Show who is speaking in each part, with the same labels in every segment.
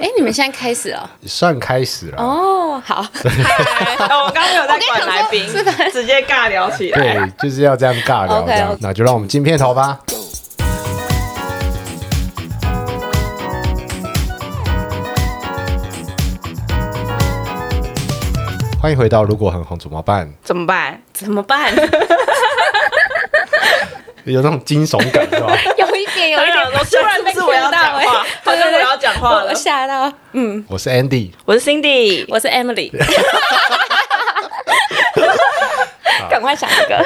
Speaker 1: 哎，你们现在开始了？
Speaker 2: 算开始了。
Speaker 1: 哦，好，
Speaker 3: 哦我刚刚没有在管来宾，直接尬聊起来。
Speaker 2: 对，就是要这样尬聊
Speaker 1: OK，
Speaker 2: 这样
Speaker 1: OK
Speaker 2: 那就让我们进片头吧。欢迎回到《如果很红怎么办
Speaker 3: 怎么办？
Speaker 1: 怎么办？》，
Speaker 2: 有那种惊悚感是吧？
Speaker 1: 有一点， 有一点，
Speaker 3: 啊我突然被哎
Speaker 1: 是
Speaker 3: 我要讲话，好像我要讲话了
Speaker 1: 我。吓到。嗯，
Speaker 2: 我是 Andy，
Speaker 3: 我是 Cindy，
Speaker 1: 我是 Emily。赶快想一个，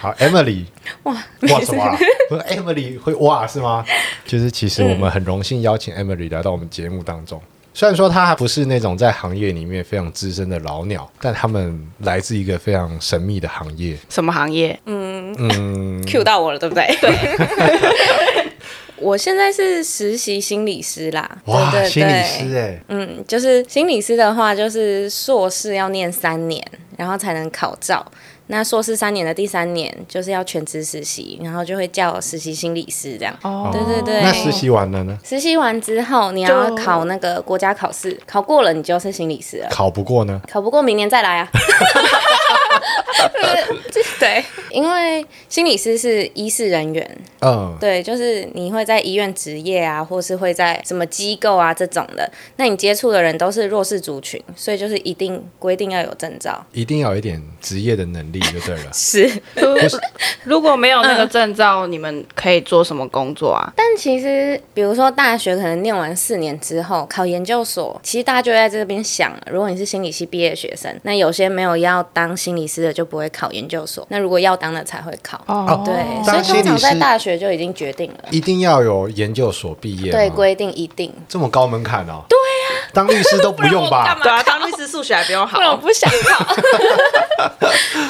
Speaker 2: 好，Emily，
Speaker 1: 哇
Speaker 2: 哇什么啊？不是 Emily 会哇是吗？就是其实我们很荣幸邀请 Emily 来到我们节目当中。虽然说她还不是那种在行业里面非常资深的老鸟，但他们来自一个非常神秘的行业。
Speaker 3: 什么行业？嗯
Speaker 2: 嗯
Speaker 1: ，Q 到我了，对不对？对。 我现在是实习心理师啦，
Speaker 2: 哇，
Speaker 1: 对对对
Speaker 2: 心理师哎、
Speaker 1: 嗯，就是心理师的话，就是硕士要念三年，然后才能考照。那硕士三年的第三年，就是要全职实习，然后就会叫实习心理师这样。
Speaker 3: 哦
Speaker 1: 对对对。
Speaker 2: 那实习完了呢？
Speaker 1: 实习完之后，你要考那个国家考试，考过了你就是心理师了。
Speaker 2: 考不过呢？
Speaker 1: 考不过，明年再来啊。就是 对，因为心理师是医事人员，
Speaker 2: 嗯，
Speaker 1: 对，就是你会在医院执业啊，或是会在什么机构啊这种的，那你接触的人都是弱势族群，所以就是一定规定要有证照。。
Speaker 2: 一定要有一点职业的能力就对了
Speaker 1: 是，
Speaker 3: 如果没有那个证照，你们可以做什么工作啊？
Speaker 1: 但其实比如说大学可能念完四年之后考研究所，其实大家就会在这边想，啊如果你是心理系毕业的学生，那有些没有要当心理师的就不会考研究所，那如果要当的才会考。
Speaker 3: 哦
Speaker 1: 对，所
Speaker 2: 当
Speaker 1: 以通
Speaker 2: 心
Speaker 1: 常
Speaker 2: 理
Speaker 1: 在
Speaker 2: 师
Speaker 1: 大学就已经决定了。
Speaker 2: 一定要有研究所毕业吗，
Speaker 1: 对，规定一定。
Speaker 2: 这么高门槛哦。对呀、当律师都不用
Speaker 1: 不然我干
Speaker 2: 吧
Speaker 1: 嘛？
Speaker 3: 对啊，当律师数学还不用好
Speaker 1: 不。然我不想考。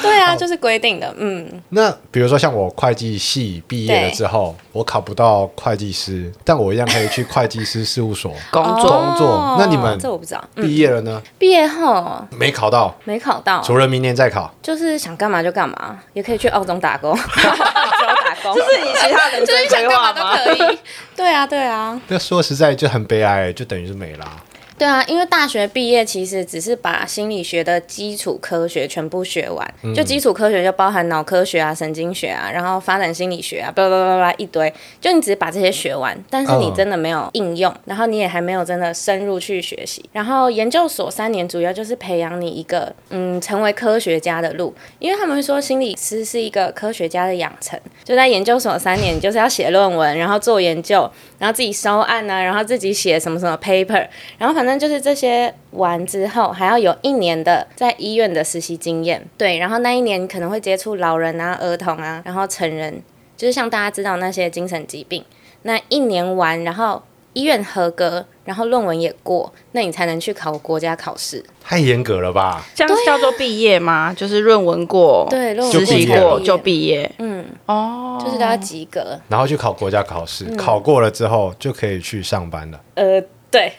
Speaker 1: 对啊，就是规定的，嗯，
Speaker 2: 那比如说像我会计系毕业了之后，我考不到会计师，但我一样可以去会计师事 务所
Speaker 3: 工作
Speaker 2: 工作。那你们
Speaker 1: 这我不知道。嗯，
Speaker 2: 毕业了呢？
Speaker 1: 毕业后
Speaker 2: 没考到，
Speaker 1: 没考到，
Speaker 2: 除了明年再考。
Speaker 1: 就是想干嘛就干嘛，也可以去澳洲打 工，澳洲打工，
Speaker 3: 这是你其他人
Speaker 1: 就是
Speaker 3: 生
Speaker 1: 想
Speaker 3: 规
Speaker 1: 干嘛
Speaker 3: 划
Speaker 1: 都
Speaker 3: 吗？
Speaker 1: 可以。对啊，对啊，
Speaker 2: 那说实在就很悲哀，就等于是没啦。
Speaker 1: 对啊，因为大学毕业其实只是把心理学的基础科学全部学完，就基础科学就包含脑科学啊、神经学啊，然后发展心理学啊，巴拉巴拉巴拉一堆，就你只是把这些学完，但是你
Speaker 2: 嗯
Speaker 1: 真的没有应用，然后你也还没有真的深入去学习。然后研究所三年主要就是培养你一个嗯成为科学家的路，因为他们会说心理师是一个科学家的养成，就在研究所三年，你就是要写论文，然后做研究，然后自己收案啊，然后自己写什么什么 paper，然后反正就是这些完之后，还要有一年的在医院的实习经验。对，然后那一年你可能会接触老人啊、儿童啊，然后成人，就是像大家知道那些精神疾病。那一年完，然后医院合格，然后论文也过，那你才能去考国家考试。
Speaker 2: 太严格了吧？
Speaker 3: 这样叫做毕业吗？就是论文过，
Speaker 1: 对论文
Speaker 3: 实习
Speaker 2: 过才
Speaker 3: 过
Speaker 1: 毕业
Speaker 3: 就毕业。
Speaker 1: 嗯，
Speaker 3: 哦，
Speaker 1: 就是都要及格。
Speaker 2: 然后去考国家考试，
Speaker 1: 嗯
Speaker 2: 考过了之后就可以去上班了。
Speaker 1: 呃，对，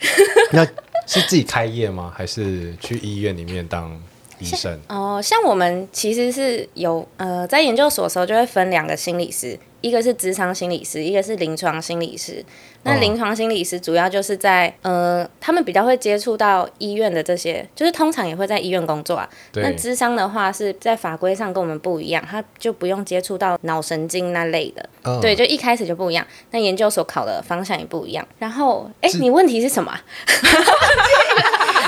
Speaker 2: 那是自己开业吗？还是去医院里面当医生？
Speaker 1: 哦，像我们其实是有呃，在研究所的时候就会分两个心理师，一个是职场心理师，一个是临床心理师。那
Speaker 2: 哦
Speaker 1: 临床心理师主要就是在呃，他们比较会接触到医院的这些，就是通常也会在医院工作啊。那
Speaker 2: 对，
Speaker 1: 智商的话是在法规上跟我们不一样，他就不用接触到脑神经那类的，
Speaker 2: 嗯
Speaker 1: 对，就一开始就不一样。那研究所考的方向也不一样。然后，哎，
Speaker 2: 智
Speaker 1: 你问题是什么啊？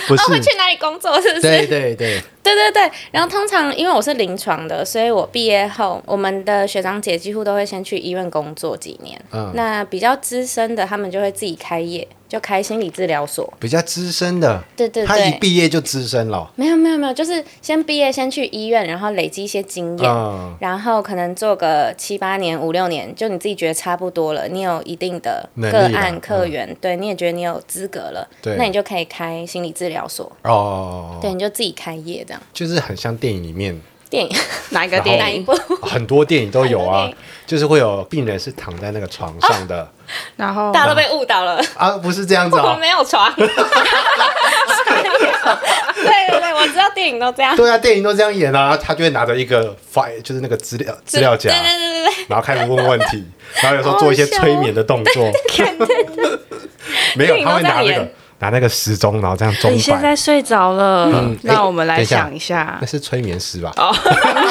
Speaker 2: 不
Speaker 1: 哦，会
Speaker 2: 是，
Speaker 1: 去哪里工作？是不是？
Speaker 2: 对对对，
Speaker 1: 对对对，然后通常因为我是临床的，所以我毕业后，我们的学长姐几乎都会先去医院工作几年。
Speaker 2: 嗯
Speaker 1: 那比较资深的，他们就会自己开业，就开心理治疗所。
Speaker 2: 比较资深的，
Speaker 1: 对对
Speaker 2: 他一
Speaker 1: 对，
Speaker 2: 毕业就资深了。
Speaker 1: 没有没有没有，就是先毕业先去医院，然后累积一些经验。
Speaker 2: 嗯，
Speaker 1: 然后可能做个七八年、五六年，就你自己觉得差不多了，你有一定的
Speaker 2: 能
Speaker 1: 个
Speaker 2: 力了
Speaker 1: 案客
Speaker 2: 嗯
Speaker 1: 源，对，你也觉得你有资格了，
Speaker 2: 对
Speaker 1: 那你就可以开心理治疗所，
Speaker 2: 哦，
Speaker 1: 对，你就自己开业这样。
Speaker 2: 就是很像电影里面
Speaker 1: 电影
Speaker 3: 哪一个
Speaker 1: 哪
Speaker 3: 电
Speaker 1: 一
Speaker 3: 影？
Speaker 1: 部？
Speaker 2: 很多电影都
Speaker 1: 很
Speaker 2: 有
Speaker 1: 多电
Speaker 2: 啊
Speaker 1: 影，哦
Speaker 2: 就是会有病人是躺在那个床上的
Speaker 3: 然后
Speaker 1: 大家都被误导了。
Speaker 2: 啊，不是这样子
Speaker 1: 我
Speaker 2: 啊
Speaker 1: 们。 没有 床。对对对，我知道电影都这样。
Speaker 2: 对啊，电影都这样演啊，他就会拿着一个 file，就是那个资料资料夹
Speaker 1: 对，对对对对，
Speaker 2: 然后开始问问 题，然后有时候做一些
Speaker 1: 好好笑哦啊
Speaker 2: 催眠的动作。没有，他会拿那
Speaker 1: 电影都这样
Speaker 2: 个
Speaker 1: 演，
Speaker 2: 拿那个时钟，然后这样钟
Speaker 3: 你现
Speaker 2: 摆
Speaker 3: 在，睡着了，
Speaker 2: 嗯
Speaker 3: 那
Speaker 2: 哎
Speaker 3: 我们来
Speaker 2: 等一下
Speaker 3: 想一下
Speaker 2: 那。是催眠师
Speaker 1: 哦
Speaker 2: 吧？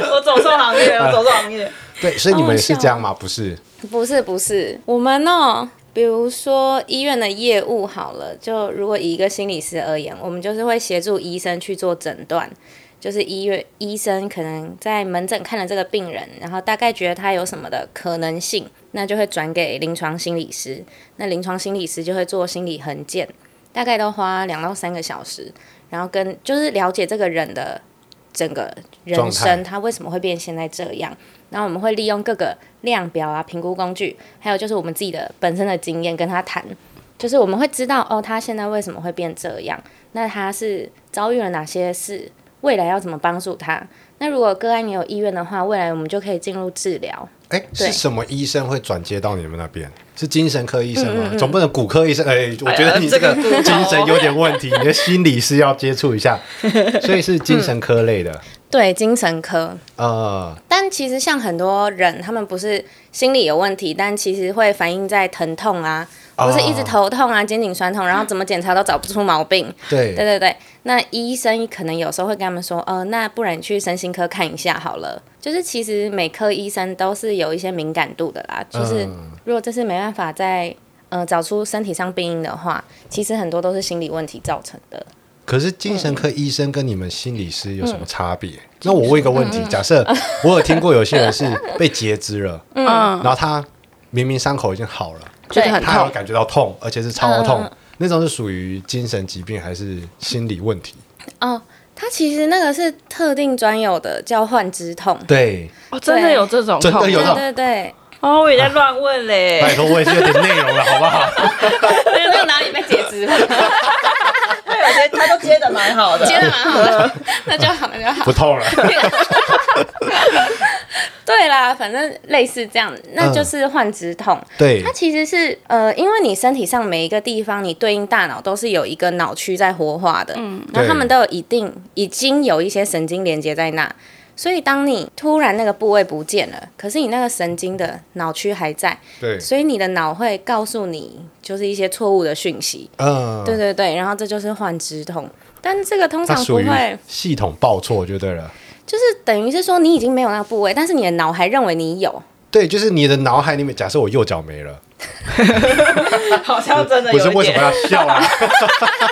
Speaker 3: 我走错行业，我走错行业。
Speaker 2: 对，所以你
Speaker 1: 好
Speaker 2: 们
Speaker 1: 好
Speaker 2: 也
Speaker 1: 笑
Speaker 2: 是
Speaker 1: 啊
Speaker 2: 这样吗？不是，
Speaker 1: 不是不是，我们哦，比如说医院的业务好了，就如果以一个心理师而言，我们就是会协助医生去做诊断。就是医院医生可能在门诊看了这个病人，然后大概觉得他有什么的可能性，那就会转给临床心理师。那临床心理师就会做心理横件，大概都花两到三个小时，然后跟就是了解这个人的整个人
Speaker 2: 状态
Speaker 1: 生，他为什么会变现在这样。然后我们会利用各个量表啊、评估工具，还有就是我们自己的本身的经验跟他谈，就是我们会知道哦，他现在为什么会变这样，那他是遭遇了哪些事，未来要怎么帮助他。那如果个案也有意愿的话，未来我们就可以进入治疗。
Speaker 2: 哎，是
Speaker 1: 对
Speaker 2: 什么医生会转接到你们那边？是精神科医生
Speaker 3: 嗯
Speaker 2: 吗？总不能骨科医生？哎，我觉得你这个
Speaker 3: 这个骨头
Speaker 2: 精神有点问题，你的心理是要接触一 下，所以是精神科类的。
Speaker 1: 对精神科，
Speaker 3: 嗯
Speaker 2: 呃，
Speaker 1: 但其实像很多人，他们不是心理有问题，但其实会反映在疼痛啊，
Speaker 2: 哦
Speaker 1: 或是一直头痛啊、肩颈酸痛，然后怎么检查都找不出毛病。对
Speaker 2: 对，
Speaker 1: 对对，那医生可能有时候会跟他们说，呃，那不然你去身心科看一下好了。就是其实每科医生都是有一些敏感度的啦，就是
Speaker 2: 嗯
Speaker 1: 如果这是没办法在呃找出身体上病因的话，其实很多都是心理问题造成的。
Speaker 2: 可是精神科医生跟你们心理师有什么差别？
Speaker 3: 嗯
Speaker 2: 那我问一个问题，假 设我有听过有些人是被截肢了，
Speaker 3: 嗯，
Speaker 2: 然后他明明伤口已经好了，
Speaker 3: 觉得很
Speaker 2: 他有
Speaker 3: 痛。嗯
Speaker 2: 感觉到痛，而且是超痛，那种是属于精神疾病还是心理问题？
Speaker 1: 哦，它其实那个是特定专有的，叫幻肢痛。
Speaker 2: 对，
Speaker 3: 哦，真的
Speaker 1: 对
Speaker 3: 有这种
Speaker 2: 真的
Speaker 3: 痛
Speaker 2: 有
Speaker 1: 对
Speaker 2: 哎这
Speaker 3: 哦
Speaker 2: 种
Speaker 1: 对 对，
Speaker 3: 哦，我也在乱 问嘞。
Speaker 2: 拜托，我也是有点内容了，好不好？
Speaker 1: 没有没有哪里被截 肢吧，
Speaker 3: 我觉得他都接的蛮好的
Speaker 1: 截的蛮好的， 那就好，那就好。
Speaker 2: 不痛了。
Speaker 1: 对啦，反正类似这样，那就是幻肢痛。
Speaker 2: 对
Speaker 1: 它其实是呃，因为你身体上每一个地方，你对应大脑都是有一个脑区在活化的，然后他们都有一定已经有一些神经连接在那，所以当你突然那个部位不见了，可是你那个神经的脑区还在，
Speaker 2: 对，
Speaker 1: 所以你的脑会告诉你就是一些错误的讯息，
Speaker 2: 嗯，
Speaker 1: 对对对，然后这就是幻肢痛，但是这个通
Speaker 2: 它
Speaker 1: 常不
Speaker 2: 属于
Speaker 1: 会，
Speaker 2: 系统报错就对了。
Speaker 1: 就是等于是说你已经没有那个部位，但是你的脑还认为你有。
Speaker 2: 对，就是你的脑海里面，假设我右脚没了，
Speaker 3: 好像真的
Speaker 2: 不是
Speaker 3: 有一
Speaker 2: 为什么
Speaker 3: 点。
Speaker 2: 要笑啊？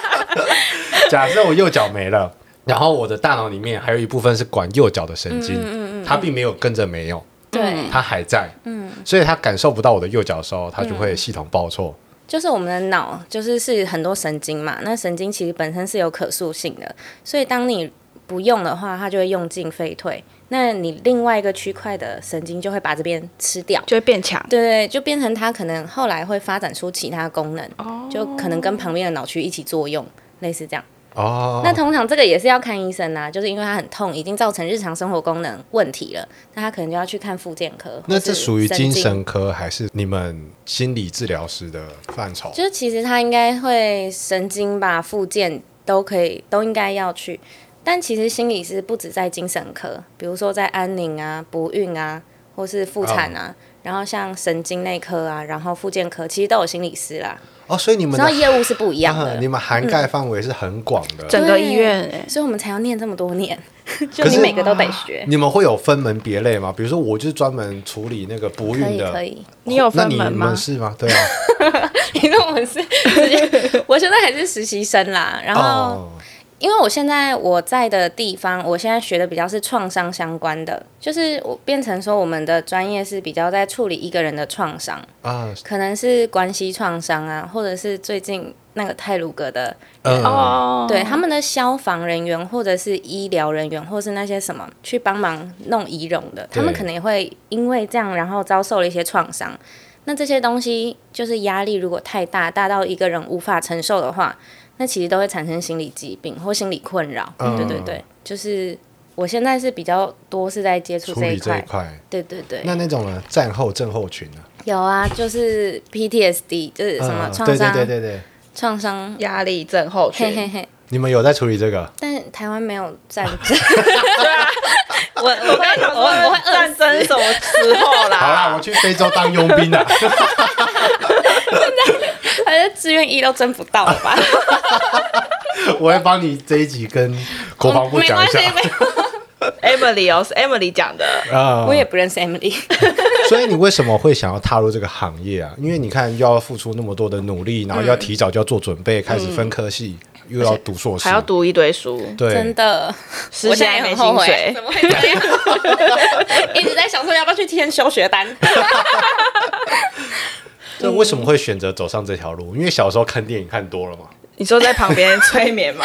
Speaker 2: 假设我右脚没了，然后我的大脑里面还有一部分是管右脚的神
Speaker 1: 嗯
Speaker 2: 经，它并没有跟着没有，
Speaker 1: 对，
Speaker 2: 它还在，嗯，所以它感受不到我的右脚的时候，它就
Speaker 1: 嗯
Speaker 2: 会系统报错。
Speaker 1: 就是我们的脑就是是很多神经嘛，那神经其实本身是有可塑性的，所以当你不用的话，它就会用尽废退。那你另外一个区块的神经就会把这边吃掉，
Speaker 3: 就会变强。
Speaker 1: 对对，就变成它可能后来会发展出其他功能，就可能跟旁边的脑区一起作用，类似这样。
Speaker 2: 哦，
Speaker 1: 那通常这个也是要看医生啦、就是因为它很痛，已经造成日常生活功能问题了，那他可能就要去看复健科。
Speaker 2: 那
Speaker 1: 或
Speaker 2: 这
Speaker 1: 是
Speaker 2: 属于
Speaker 1: 神
Speaker 2: 精
Speaker 1: 经
Speaker 2: 神科还是你们心理治疗师的范畴？
Speaker 1: 就是其实他应该会神经吧、附件都可以，都应该要去。但其实心理师不止在精神科，比如说在安宁啊、不孕啊，或是妇产啊，然后像神经内科啊，然后附件科，其实都有心理师啦。
Speaker 2: 哦，所以你们
Speaker 1: 然后
Speaker 2: 的
Speaker 1: 业务是不一样的，嗯
Speaker 2: 啊你们涵盖范围是很广的。
Speaker 3: 整个医院哎、
Speaker 1: 所以我们才要念这么多年，就
Speaker 2: 可
Speaker 1: 你
Speaker 2: 是
Speaker 1: 每个都得学。
Speaker 2: 你们会有分门别类吗？比如说，我就是专门处理那个不
Speaker 1: 可
Speaker 2: 孕
Speaker 1: 以
Speaker 2: 的，哦
Speaker 1: 可以，
Speaker 3: 你有
Speaker 2: 那
Speaker 3: 分
Speaker 2: 你
Speaker 3: 门吗
Speaker 2: 们？是吗？对啊，
Speaker 1: 因为我们是直接，我现在还是实习生啦。 然后
Speaker 2: 哦，
Speaker 1: 因为我现在我在的地方，我现在学的比较是创伤相关的，就是我变成说我们的专业是比较在处理一个人的创伤，
Speaker 2: 啊，
Speaker 1: 可能是关系创伤啊，或者是最近那个泰鲁格的，
Speaker 2: 嗯，
Speaker 3: 哦，
Speaker 1: 对他们的消防人员或者是医疗人员，或是那些什么去帮忙弄仪容的，他们可能也会因为这样，然后遭受了一些创伤。那这些东西就是压力，如果太大，大到一个人无法承受的话，那其实都会产生心理疾病或心理困扰。
Speaker 2: 嗯
Speaker 1: 对对对，就是我现在是比较多是在接触
Speaker 2: 处
Speaker 1: 这一
Speaker 2: 理这一
Speaker 1: 块。
Speaker 2: 块。
Speaker 1: 对对对，
Speaker 2: 那那种呢？战后症候群呢？
Speaker 1: 有啊，就是 PTSD，就是什么
Speaker 2: 嗯
Speaker 1: 创
Speaker 2: 对对
Speaker 1: 伤、
Speaker 2: 对对对，
Speaker 1: 创伤，
Speaker 3: 压力症候群。
Speaker 1: 嘿嘿嘿。
Speaker 2: 你们有在处理这个？
Speaker 1: 但台湾没有战争。
Speaker 3: 我我跟我我会战争什
Speaker 1: 啊
Speaker 3: 么时候啦？
Speaker 2: 啊好啦，我去非洲当佣兵了。
Speaker 1: 他的志愿一都争不到了吧？
Speaker 2: 我会帮你这一集跟国防部
Speaker 1: 没
Speaker 2: 讲
Speaker 1: 关
Speaker 2: 一
Speaker 1: 系，
Speaker 2: 下
Speaker 1: 没关系
Speaker 3: Emily 哦，是 Emily 讲的，
Speaker 2: 啊。
Speaker 1: 我也不认识 Emily。
Speaker 2: 所以你为什么会想要踏入这个行业啊？因为你看，又要付出那么多的努力，然后要提早就要做准备，开始分科系，
Speaker 1: 嗯
Speaker 2: 又要读硕士，
Speaker 3: 还要读一堆书，
Speaker 2: 对，
Speaker 1: 真的，
Speaker 3: 实
Speaker 1: 我
Speaker 3: 习
Speaker 1: 现在
Speaker 3: 还
Speaker 1: 也
Speaker 3: 没
Speaker 1: 很
Speaker 3: 薪
Speaker 1: 后悔，
Speaker 3: 水
Speaker 1: 怎，么会这 样？一直在想说要不要去填休学单。
Speaker 2: 这为什么会选择走上这条路？因为小时候看电影看多了嘛。
Speaker 3: 你说在旁边催眠 吗？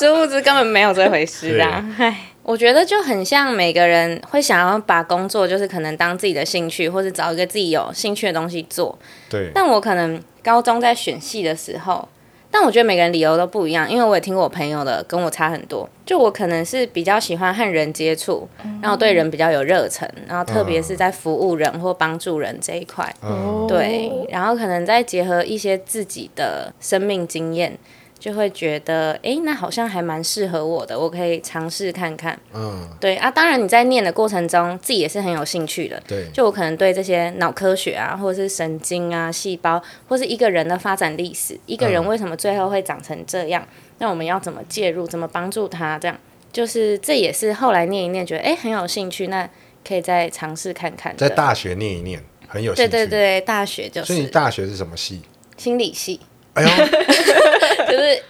Speaker 1: 殊不知根本没有这回事啊！唉，我觉得就很像每个人会想要把工作就是可能当自己的兴趣，或者找一个自己有兴趣的东西做。
Speaker 2: 对，
Speaker 1: 但我可能高中在选系的时候，但我觉得每个人理由都不一样，因为我也听过我朋友的跟我差很多。就我可能是比较喜欢和人接触，然后对人比较有热忱，然后特别是在服务人或帮助人这一块。
Speaker 2: 嗯，
Speaker 1: 对，
Speaker 3: 哦
Speaker 1: 然后可能再结合一些自己的生命经验，就会觉得，诶，那好像还蛮适合我的，我可以尝试看看。
Speaker 2: 嗯，
Speaker 1: 对啊，当然你在念的过程中，自己也是很有兴趣的。
Speaker 2: 对，
Speaker 1: 就我可能对这些脑科学啊，或者是神经啊、细胞，或是一个人的发展历史，一个人
Speaker 2: 嗯
Speaker 1: 为什么最后会长成这样，那我们要怎么介入，怎么帮助他，这样就是这也是后来念一念，觉得诶很有兴趣，那可以再尝试看看的。
Speaker 2: 在大学念一念，很有兴
Speaker 1: 对对
Speaker 2: 趣。
Speaker 1: 对，大学就
Speaker 2: 所以你
Speaker 1: 是
Speaker 2: 大学是什 么系？
Speaker 1: 心理 系。
Speaker 2: 哎呦，
Speaker 1: 就是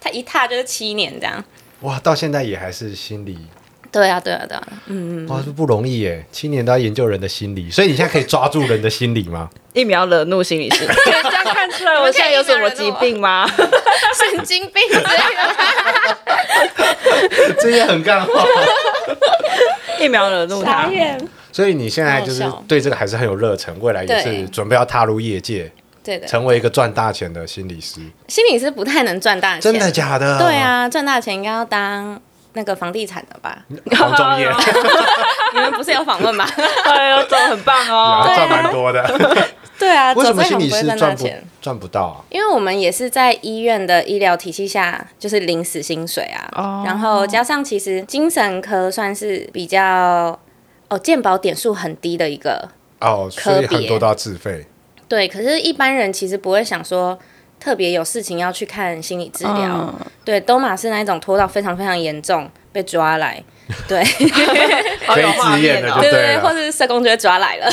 Speaker 1: 他一踏就是七年这样。
Speaker 2: 哇，到现在也还是心理，
Speaker 1: 对啊，对啊， 对啊，
Speaker 2: 哇，这不容易耶！七年都要研究人的心理，所以你现在可以抓住人的心理 吗？
Speaker 3: 疫苗惹怒心理 师，可以这样看出来我现在有什么疾病 吗？
Speaker 1: 神经病之类的。
Speaker 2: 这也很干话。
Speaker 3: 疫苗惹怒他，
Speaker 2: 所以你现在就是
Speaker 1: 很好笑
Speaker 2: 对这个还是很有热忱，未来也是
Speaker 1: 对呃
Speaker 2: 准备要踏入业界，
Speaker 1: 对的，
Speaker 2: 成为一个赚大钱的心理师。
Speaker 1: 心理是不太能赚大钱，
Speaker 2: 真的假的？
Speaker 1: 对，啊，赚大钱应该要当那个房地产的 吧？
Speaker 2: 黄 仲业
Speaker 1: 你们不是有访问 吗？
Speaker 3: 哎呦，这很棒哦，
Speaker 2: 赚蛮多的。
Speaker 1: 对啊，
Speaker 2: 啊 为什
Speaker 1: 走
Speaker 2: 么
Speaker 1: 最
Speaker 2: 心
Speaker 1: 好
Speaker 2: 理
Speaker 1: 不会
Speaker 2: 师
Speaker 1: 赚大
Speaker 2: 赚不
Speaker 1: 钱。
Speaker 2: 赚不到啊？
Speaker 1: 因为我们也是在医院的医疗体系下，就是临死薪水啊，
Speaker 3: 哦
Speaker 1: 然后加上其实精神科算是比较哦健保点数很低的一个
Speaker 2: 哦，所以
Speaker 1: 科别
Speaker 2: 很多都要自费。
Speaker 1: 对，可是，一般人其实不会想说特别有事情要去看心理治
Speaker 2: 嗯
Speaker 1: 疗。对，东马是那一种拖到非常非常严重被抓来， 对 哦
Speaker 3: 好有画
Speaker 2: 可以自愿
Speaker 3: 面
Speaker 2: 的
Speaker 3: 哦
Speaker 2: 就
Speaker 1: 对
Speaker 2: 对啊
Speaker 1: 对，
Speaker 2: 了
Speaker 1: 或者是社工就会抓来了，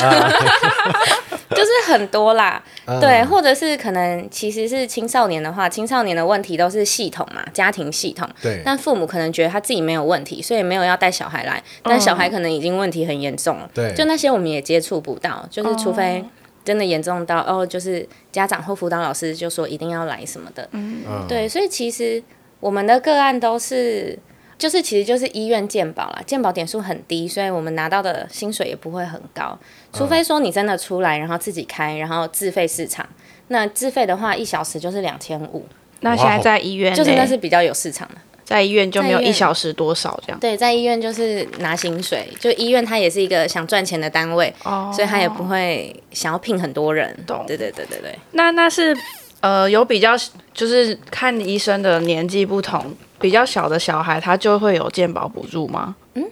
Speaker 1: 就是很多啦。
Speaker 2: 嗯
Speaker 1: 对，或者是可能其实是青少年的话，青少年的问题都是系统嘛，家庭系统。
Speaker 2: 对，
Speaker 1: 但父母可能觉得他自己没有问题，所以没有要带小孩来，但小孩可能已经问题很严重了。
Speaker 2: 嗯对
Speaker 1: 就那些我们也接触不到，就是除非真的严重到哦就是家长或辅导老师就说一定要来什么的。
Speaker 2: 嗯，
Speaker 1: 对，所以其实我们的个案都是。就是其实就是医院健保啦，健保点数很低，所以我们拿到的薪水也不会很高，除非说你真的出来，然后自己开，然后自费市场。那自费的话，一小时就是两千五，
Speaker 3: 那现在在医院嘞，
Speaker 1: 就是那是比较有市场的。
Speaker 3: 在医院就没有
Speaker 1: 在医院
Speaker 3: 一小时多少这样，
Speaker 1: 对，在医院就是拿薪水，就医院它也是一个想赚钱的单位，
Speaker 3: 哦
Speaker 1: 所以它也不会想要聘很多人。
Speaker 3: 懂
Speaker 1: 对对对对对，
Speaker 3: 那那是呃有比较就是看医生的年纪不同，比较小的小孩他就会有健保补助吗？嗯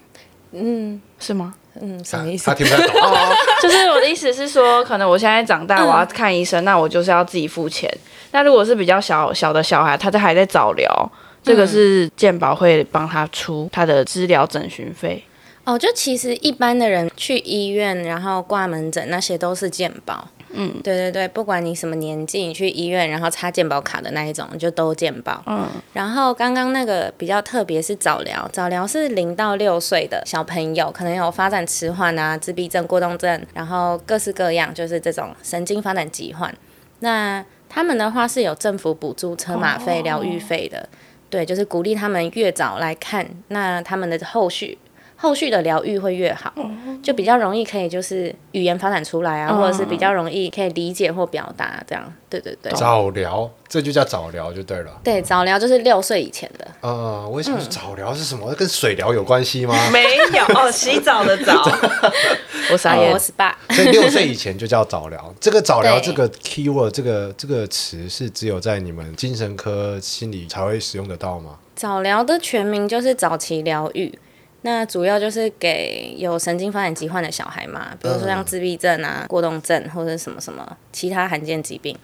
Speaker 3: 嗯，是吗？
Speaker 1: 嗯，什
Speaker 2: 他
Speaker 1: 么意思？
Speaker 2: 他听不太 懂。
Speaker 3: 哦，就是我的意思是说，可能我现在长
Speaker 1: 嗯
Speaker 3: 大，我要看医生，那我就是要自己付钱。那如果是比较小小的小孩，他在还在早疗，这
Speaker 1: 嗯
Speaker 3: 个是健保会帮他出他的治疗诊询费。
Speaker 1: 哦，就其实一般的人去医院，然后挂门诊那些都是健保。嗯，对对对，不管你什么年纪，你去医院然后插健保卡的那一种，就都健保。嗯，然后刚刚那个比较特别是早疗，早疗是零到六岁的小朋友，可能有发展迟缓啊、自闭症、过动症，然后各式各样，就是这种神经发展疾患。那他们的话是有政府补助车马费、疗愈费的，对，就是鼓励他们越早来看，那他们的后续后续的疗愈会越好，就比较容易可以就是语言发展出来啊，或者是比较容易可以理解或表达这样。对对对，
Speaker 2: 早疗，这就叫早疗就对了。
Speaker 1: 对早疗就是六岁以前的，
Speaker 2: 啊，我也想说
Speaker 1: 嗯
Speaker 2: 早疗是什么？跟水疗有关系吗？
Speaker 3: 没有哦，洗澡的澡， 我傻眼
Speaker 1: 我。SPA
Speaker 2: 所以六岁以前就叫早 疗。这个早疗
Speaker 1: 对
Speaker 2: 这个 keyword 这个这个词是只有在你们精神科心理才会使用得到吗？
Speaker 1: 早疗的全名就是早期疗愈。那主要就是给有神经发展疾患的小孩嘛，比如说像自闭症啊、过动症或者什么什么其他罕见疾病。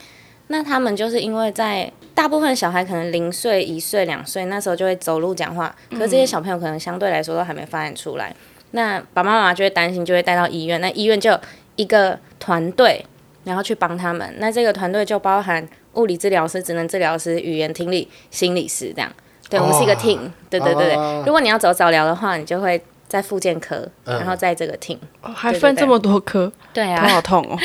Speaker 1: 那他们就是因为在大部分小孩可能零岁、一岁、两岁那时候就会走路讲话，可是这些小朋友可能相对来说都还没发展出来。那爸爸妈妈就会担心，就会带到医院。那医院就有一个团队，然后去帮他们。那这个团队就包含物理治疗师、职能治疗师、语言听力、心理师这样。对，我们是一个
Speaker 2: 哇
Speaker 1: team、对对对对，
Speaker 2: 啊
Speaker 1: 如果你要走早疗的话，你就会在复健科，
Speaker 2: 嗯
Speaker 1: 然后在这个 team。
Speaker 3: 哦还分这么多科，
Speaker 1: 对
Speaker 3: 头
Speaker 1: 啊，
Speaker 3: 好痛 哦。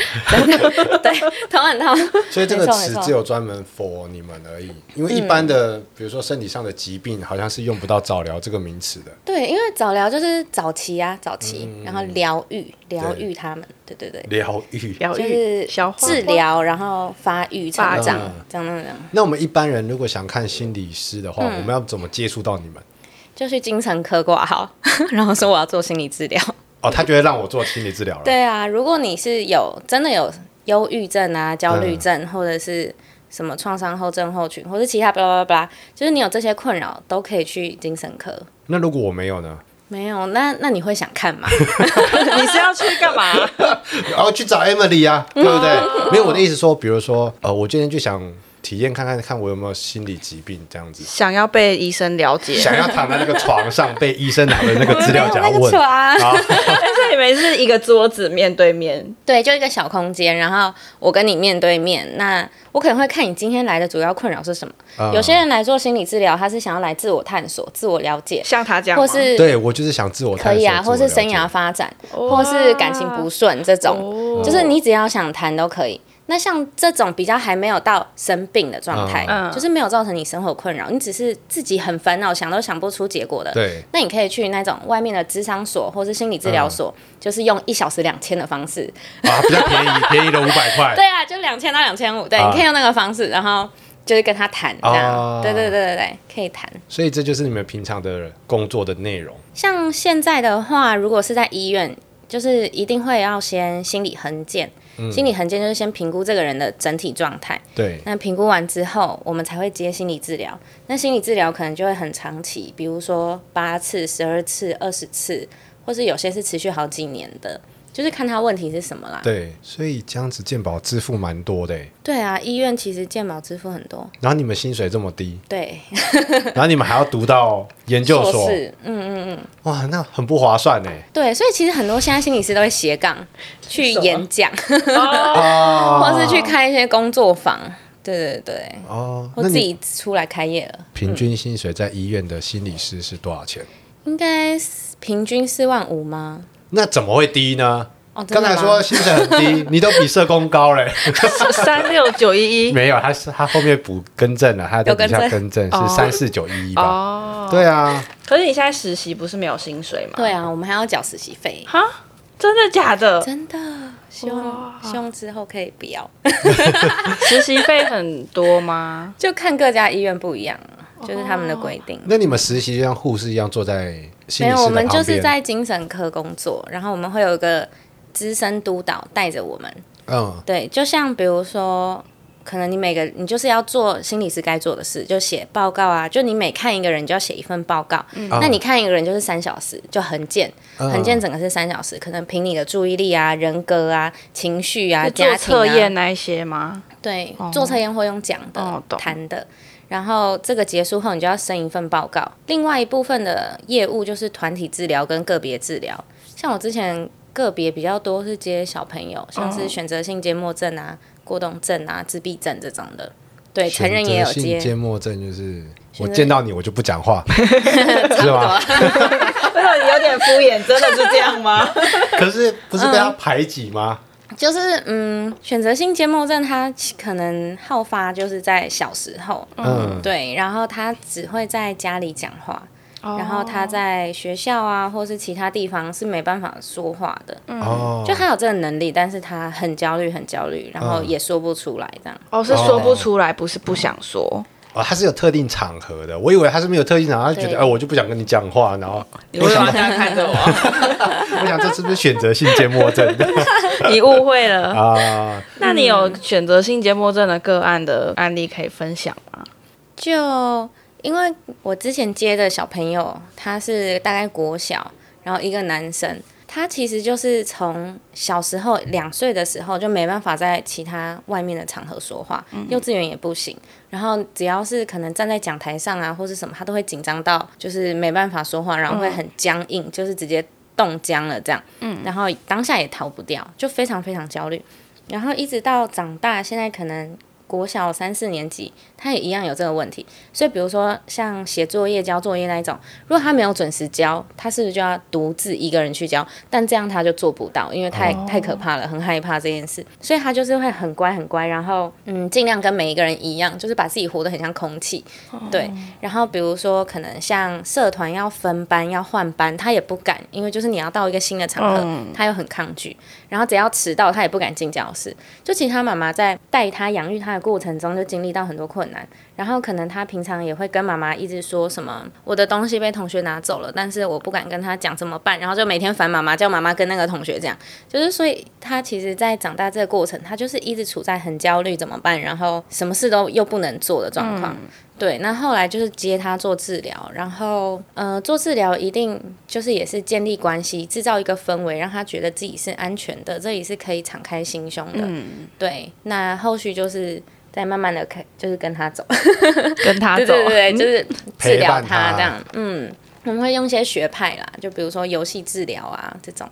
Speaker 1: 头很痛。
Speaker 2: 所以这个
Speaker 1: 没错
Speaker 2: 词
Speaker 1: 没错
Speaker 2: 只有专门 for 你们而已，因为一般的，比如说身体上的疾病，好像是用不到早疗这个名词的。
Speaker 1: 对，因为早疗就是早期啊，早期，
Speaker 2: 嗯
Speaker 1: 然后疗愈，疗愈他们，对对对，
Speaker 2: 疗愈，
Speaker 3: 疗
Speaker 1: 就
Speaker 3: 愈、
Speaker 1: 是
Speaker 3: 消化、
Speaker 1: 治疗，然后发育、成
Speaker 3: 发
Speaker 1: 长
Speaker 2: 嗯，
Speaker 1: 这样那样，
Speaker 2: 那我们一般人如果想看心理师的
Speaker 1: 嗯
Speaker 2: 话，我们要怎么接触到你们？
Speaker 1: 就去精神科挂号， 然后说我要做心理治疗。
Speaker 2: 哦，他就会让我做心理治疗 了。
Speaker 1: 对啊，如果你是有真的有忧郁症啊、焦虑
Speaker 2: 嗯
Speaker 1: 症，或者是什么创伤后症候群，或是其他巴拉巴拉，就是你有这些困扰，都可以去精神科。
Speaker 2: 那如果我没有呢？
Speaker 1: 没有，那那你会想看 吗？
Speaker 3: 你是要去干嘛？
Speaker 2: 然后哦去找 Emily 啊，对不对？
Speaker 1: 嗯
Speaker 2: 没有，我的意思说，比如说，呃，我今天就想体验看看，看我有没有心理疾病这样子，
Speaker 3: 想要被医生了解，
Speaker 2: 想要躺在那个床上被医生拿着那个 资
Speaker 1: 没有
Speaker 2: 料夹
Speaker 1: 那个啊
Speaker 2: 问。
Speaker 1: 床。
Speaker 2: 好，
Speaker 3: 但是你们是一个桌子面对面，
Speaker 1: 对，就一个小空间，然后我跟你面对面，那我可能会看你今天来的主要困扰是什么。
Speaker 2: 嗯
Speaker 1: 有些人来做心理治疗，他是想要来自我探索、自我了解，
Speaker 3: 像他这样吗，
Speaker 1: 或是
Speaker 2: 对我就是想自我
Speaker 1: 可
Speaker 2: 探索
Speaker 1: 以啊，
Speaker 2: 自我
Speaker 1: 或是
Speaker 2: 了解
Speaker 1: 生涯发展，
Speaker 3: 哇
Speaker 1: 或是感情不顺这种，
Speaker 3: 哦
Speaker 1: 就是你只要想谈都可以。那像这种比较还没有到生病的状态，
Speaker 3: 嗯嗯
Speaker 1: 就是没有造成你生活困扰，你只是自己很烦恼，想都想不出结果的，
Speaker 2: 对
Speaker 1: 那你可以去那种外面的智商所或是心理治疗所，就是用一小时两千的方式，
Speaker 2: 啊，比较 便宜，便宜了五百块。
Speaker 1: 对啊，就两千到两千五，对，
Speaker 2: 哎啊
Speaker 1: 你可以用那个方式，然后就是跟他谈这
Speaker 2: 哦
Speaker 1: 样，对对对对对，可以谈。
Speaker 2: 所以这就是你们平常的工作的内容。
Speaker 1: 像现在的话，如果是在医院，就是一定会要先心理横检，心理横检就是先评估这个人的整体状态，
Speaker 2: 对，
Speaker 1: 那评估完之后，我们才会接心理治疗。那心理治疗可能就会很长期，比如说八次、十二次、二十次，或是有些是持续好几年的，就是看他问题是什么啦。
Speaker 2: 对，所以这样子健保支付蛮多的欸，
Speaker 1: 对啊，医院其实健保支付很多，
Speaker 2: 然后你们薪水这么低，
Speaker 1: 对，
Speaker 2: 然后你们还要读到研究所，
Speaker 1: 士，嗯。
Speaker 2: 哇，那很不划算呢。欸
Speaker 1: 对，所以其实很多现在心理师都会斜杠去演讲，
Speaker 2: 哦
Speaker 1: 或是去开一些工作坊。对对对，
Speaker 2: 哦，
Speaker 1: 或
Speaker 2: 那
Speaker 1: 自
Speaker 2: 你
Speaker 1: 己出来开业了，
Speaker 2: 平均薪水在医院的心理师是多少钱？
Speaker 1: 应该是平均四万五吗？
Speaker 2: 那怎么会低呢？
Speaker 1: 哦，真
Speaker 2: 刚
Speaker 1: 的
Speaker 2: 才
Speaker 1: 吗
Speaker 2: 说薪水很低，你都比社工高嘞。
Speaker 3: 三六九一一
Speaker 2: 没有，他是他后面补更正了，他在
Speaker 1: 有
Speaker 2: 底
Speaker 1: 更
Speaker 2: 下
Speaker 1: 正
Speaker 2: 更正是
Speaker 3: 哦
Speaker 2: 三四九一一吧？
Speaker 3: 哦。
Speaker 2: 对啊，
Speaker 3: 可是你现在实习不是没有薪水吗？
Speaker 1: 对啊，我们还要缴实习费，
Speaker 3: 哈，真的假的？
Speaker 1: 真的，希望希望之后可以不要，
Speaker 3: 实习费很多吗？
Speaker 1: 就看各家医院不一样了，就是他们的规定。
Speaker 2: 哦那你们实习就像护士一样坐在心
Speaker 1: 没有，
Speaker 2: 理师
Speaker 1: 我
Speaker 2: 的
Speaker 1: 们就
Speaker 2: 旁
Speaker 1: 是
Speaker 2: 边，
Speaker 1: 在精神科工作，然后我们会有一个资深督导带着我们，
Speaker 2: 嗯，
Speaker 1: 对，就像比如说，可能你每个你就是要做心理师该做的事，就写报告啊，就你每看一个人就要写一份报告。
Speaker 3: 嗯
Speaker 2: 啊
Speaker 1: 那你看一个人就是三小时，就很简，很简，整个是三小时，可能凭你的注意力啊、人格啊、情绪啊、
Speaker 3: 是
Speaker 1: 家
Speaker 3: 做
Speaker 1: 庭
Speaker 3: 测
Speaker 1: 啊
Speaker 3: 验，那一些 吗？
Speaker 1: 对，
Speaker 2: 哦
Speaker 1: 做测验或用讲的、
Speaker 3: 哦懂
Speaker 1: 谈的。然后这个结束后，你就要生一份报告。另外一部分的业务就是团体治疗跟个别治疗。像我之前个别比较多是接小朋
Speaker 2: 哦
Speaker 1: 友，像是选择性缄默症啊、过动症啊、自闭症这种的。对，成人也有
Speaker 2: 选择
Speaker 1: 接
Speaker 2: 性，缄默症，就是
Speaker 1: 选
Speaker 2: 我
Speaker 1: 择
Speaker 2: 见到你我就不 讲话，是吗？
Speaker 3: 真的有点敷衍，真的是这样 吗？
Speaker 2: 可是不是被他排 挤吗？
Speaker 1: 就是嗯，选择性缄默症它可能好发就是在小时候，
Speaker 2: 嗯，
Speaker 1: 对，然后他只会在家里讲话。
Speaker 3: 哦
Speaker 1: 然后他在学校啊，或是其他地方是没办法说话的，
Speaker 2: 哦，
Speaker 1: 就他有这个能力，但是他很焦虑，很焦虑，然后也说不出来这样。
Speaker 3: 哦，是说不出来，不是不想说。
Speaker 2: 哦，他是有特定场合的，我以为他是没有特定场合，他就觉得
Speaker 1: 对
Speaker 2: 哎，我就不想跟你讲话，然后
Speaker 3: 你为什么这样看着我？
Speaker 2: 我想这是不是选择性缄 默症
Speaker 3: 你误会了。
Speaker 2: 啊？
Speaker 3: 那你有选择性缄默症的个案的案例可以分享吗？
Speaker 1: 就因为我之前接的小朋友，他是大概国小，然后一个男生，他其实就是从小时候两岁的时候就没办法在其他外面的场合说话，幼稚园也不行。然后只要是可能站在讲台上啊，或是什么，他都会紧张到就是没办法说话，然后会很僵硬，就是直接冻僵了这样。嗯，然后当下也逃不掉，就非常非常焦虑。然后一直到长大，现在可能国小三四年级，他也一样有这个问题。所以比如说像写作业、交作业那一种，如果他没有准时交，他是不是就要独自一个人去交？但这样他就做不到，因为太、太可怕了，很害怕这件事，所以他就是会很乖很乖，然后嗯，尽量跟每一个人一样，就是把自己活得很像空气，对。然后比如说可能像社团要分班要换班，他也不敢，因为就是你要到一个新的场合，他又很抗拒。然后只要迟到，他也不敢进教室。就其实他妈妈在带他养育他的过程中，就经历到很多困难。然后可能他平常也会跟妈妈一直说什么“我的东西被同学拿走了”，但是我不敢跟他讲怎么办，然后就每天烦妈妈，叫妈妈跟那个同学讲。就是所以他其实，在长大这个过程，他就是一直处在很焦虑怎么办，然后什么事都又不能做的状况。对，那后来就是接他做治疗，然后呃，做治疗一定就是也是建立关系，制造一个氛围，让他觉得自己是安全的，这也是可以敞开心胸的。对，那后续就是再慢慢的开，就是跟他走，
Speaker 3: 跟 他
Speaker 1: 对
Speaker 3: 走，嗯
Speaker 1: 对对，就是治疗
Speaker 2: 陪伴他
Speaker 1: 这样。嗯，我们会用一些学派啦，就比如说游戏治疗啊这种，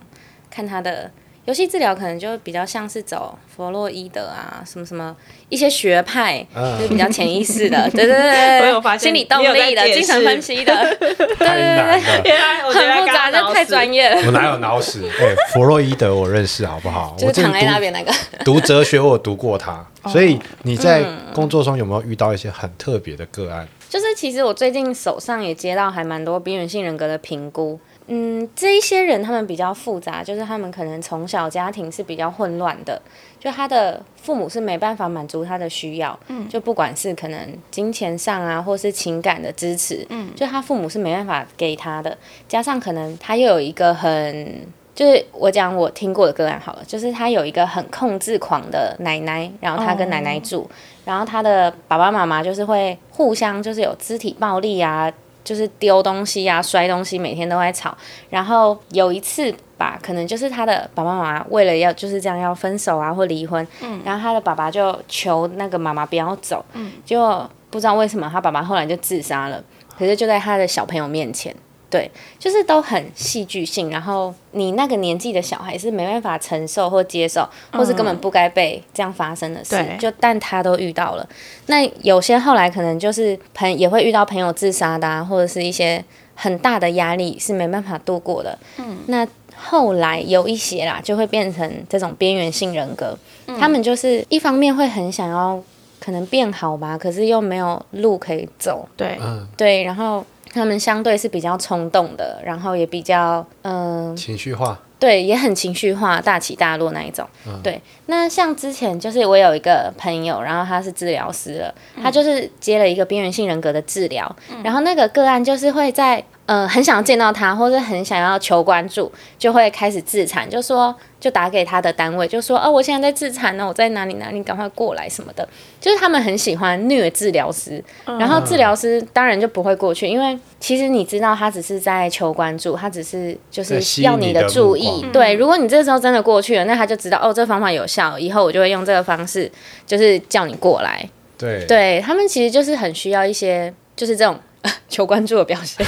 Speaker 1: 看他的游戏治疗可能就比较像是走弗洛伊德啊什么什么一些学派，
Speaker 2: 嗯
Speaker 1: 就是比较潜意识 的，对对对对，对
Speaker 3: 我有发现
Speaker 1: 心理动
Speaker 3: 你有在
Speaker 1: 力的、
Speaker 3: 解
Speaker 1: 精神
Speaker 3: 释
Speaker 1: 分析的，
Speaker 2: 太难了。
Speaker 3: 原来我觉得
Speaker 1: 很复杂，
Speaker 3: 刚刚
Speaker 1: 这太
Speaker 3: 脑子
Speaker 1: 专业了。
Speaker 2: 我哪有脑 屎？哎、弗洛伊德我认识，好不好？
Speaker 1: 就
Speaker 2: 我
Speaker 1: 是
Speaker 2: 自己
Speaker 1: 躺在那
Speaker 2: 读
Speaker 1: 边哦那个，
Speaker 2: 读哲学，我有读过他。所以你在
Speaker 1: 嗯
Speaker 2: 工作中有没有遇到一些很特别的个案？
Speaker 1: 就是其实我最近手上也接到还蛮多边缘性人格的评估。嗯，这一些人他们比较复杂，就是他们可能从小家庭是比较混乱的，就他的父母是没办法满足他的需要，嗯，就不管是可能金钱上啊，或是情感的支持，嗯，就他父母是没办法给他的，加上可能他又有一个很。就是我讲我听过的个案好了，就是他有一个很控制狂的奶奶，然后他跟奶奶住，然后他的爸爸妈妈就是会互相就是有肢体暴力啊，就是丢东西啊、摔东西，每天都在吵。然后有一次吧，可能就是他的爸爸妈妈为了要就是这样要分手啊或离婚，然后他的爸爸就求那个妈妈不要走，结果不知道为什么他爸爸后来就自杀了，可是就在他的小朋友面前。对，就是都很戏剧性，然后你那个年纪的小孩是没办法承受或接受，或是根本不该被这样发生的事，
Speaker 3: 对
Speaker 1: 就但他都遇到了。那有些后来可能就是朋也会遇到朋友自杀的、啊，或者是一些很大的压力是没办法度过的。嗯，那后来有一些啦，就会变成这种边缘性人格，他们就是一方面会很想要可能变好吧，可是又没有路可以走，
Speaker 3: 对，
Speaker 2: 嗯
Speaker 1: 对，然后他们相对是比较冲动的，然后也比较嗯、
Speaker 2: 情绪化，
Speaker 1: 对，也很情绪化，大起大落那一种。对，那像之前就是我有一个朋友，然后他是治疗师了，他就是接了一个边缘性人格的治疗，然后那个个案就是会在呃很想要见到他，或者很想要求关注，就会开始自残，就说就打给他的单位，就说哦我现在在自残呢，我在哪里哪里，赶快过来什么的，就是他们很喜欢虐治疗师，然
Speaker 2: 嗯
Speaker 1: 后治疗师当然就不会过去，因为其实你知道他只是在求关注，他只是就
Speaker 2: 在
Speaker 1: 是
Speaker 2: 吸
Speaker 1: 要
Speaker 2: 引你
Speaker 1: 的
Speaker 2: 的
Speaker 1: 注
Speaker 2: 目
Speaker 1: 意，
Speaker 2: 光
Speaker 1: 对，如果你这时候真的过去了，那他就知道哦，这方法有效，以后我就会用这个方式，就是叫你过来。
Speaker 2: 对，
Speaker 1: 对他们其实就是很需要一些，就是这种 求关注的表 现。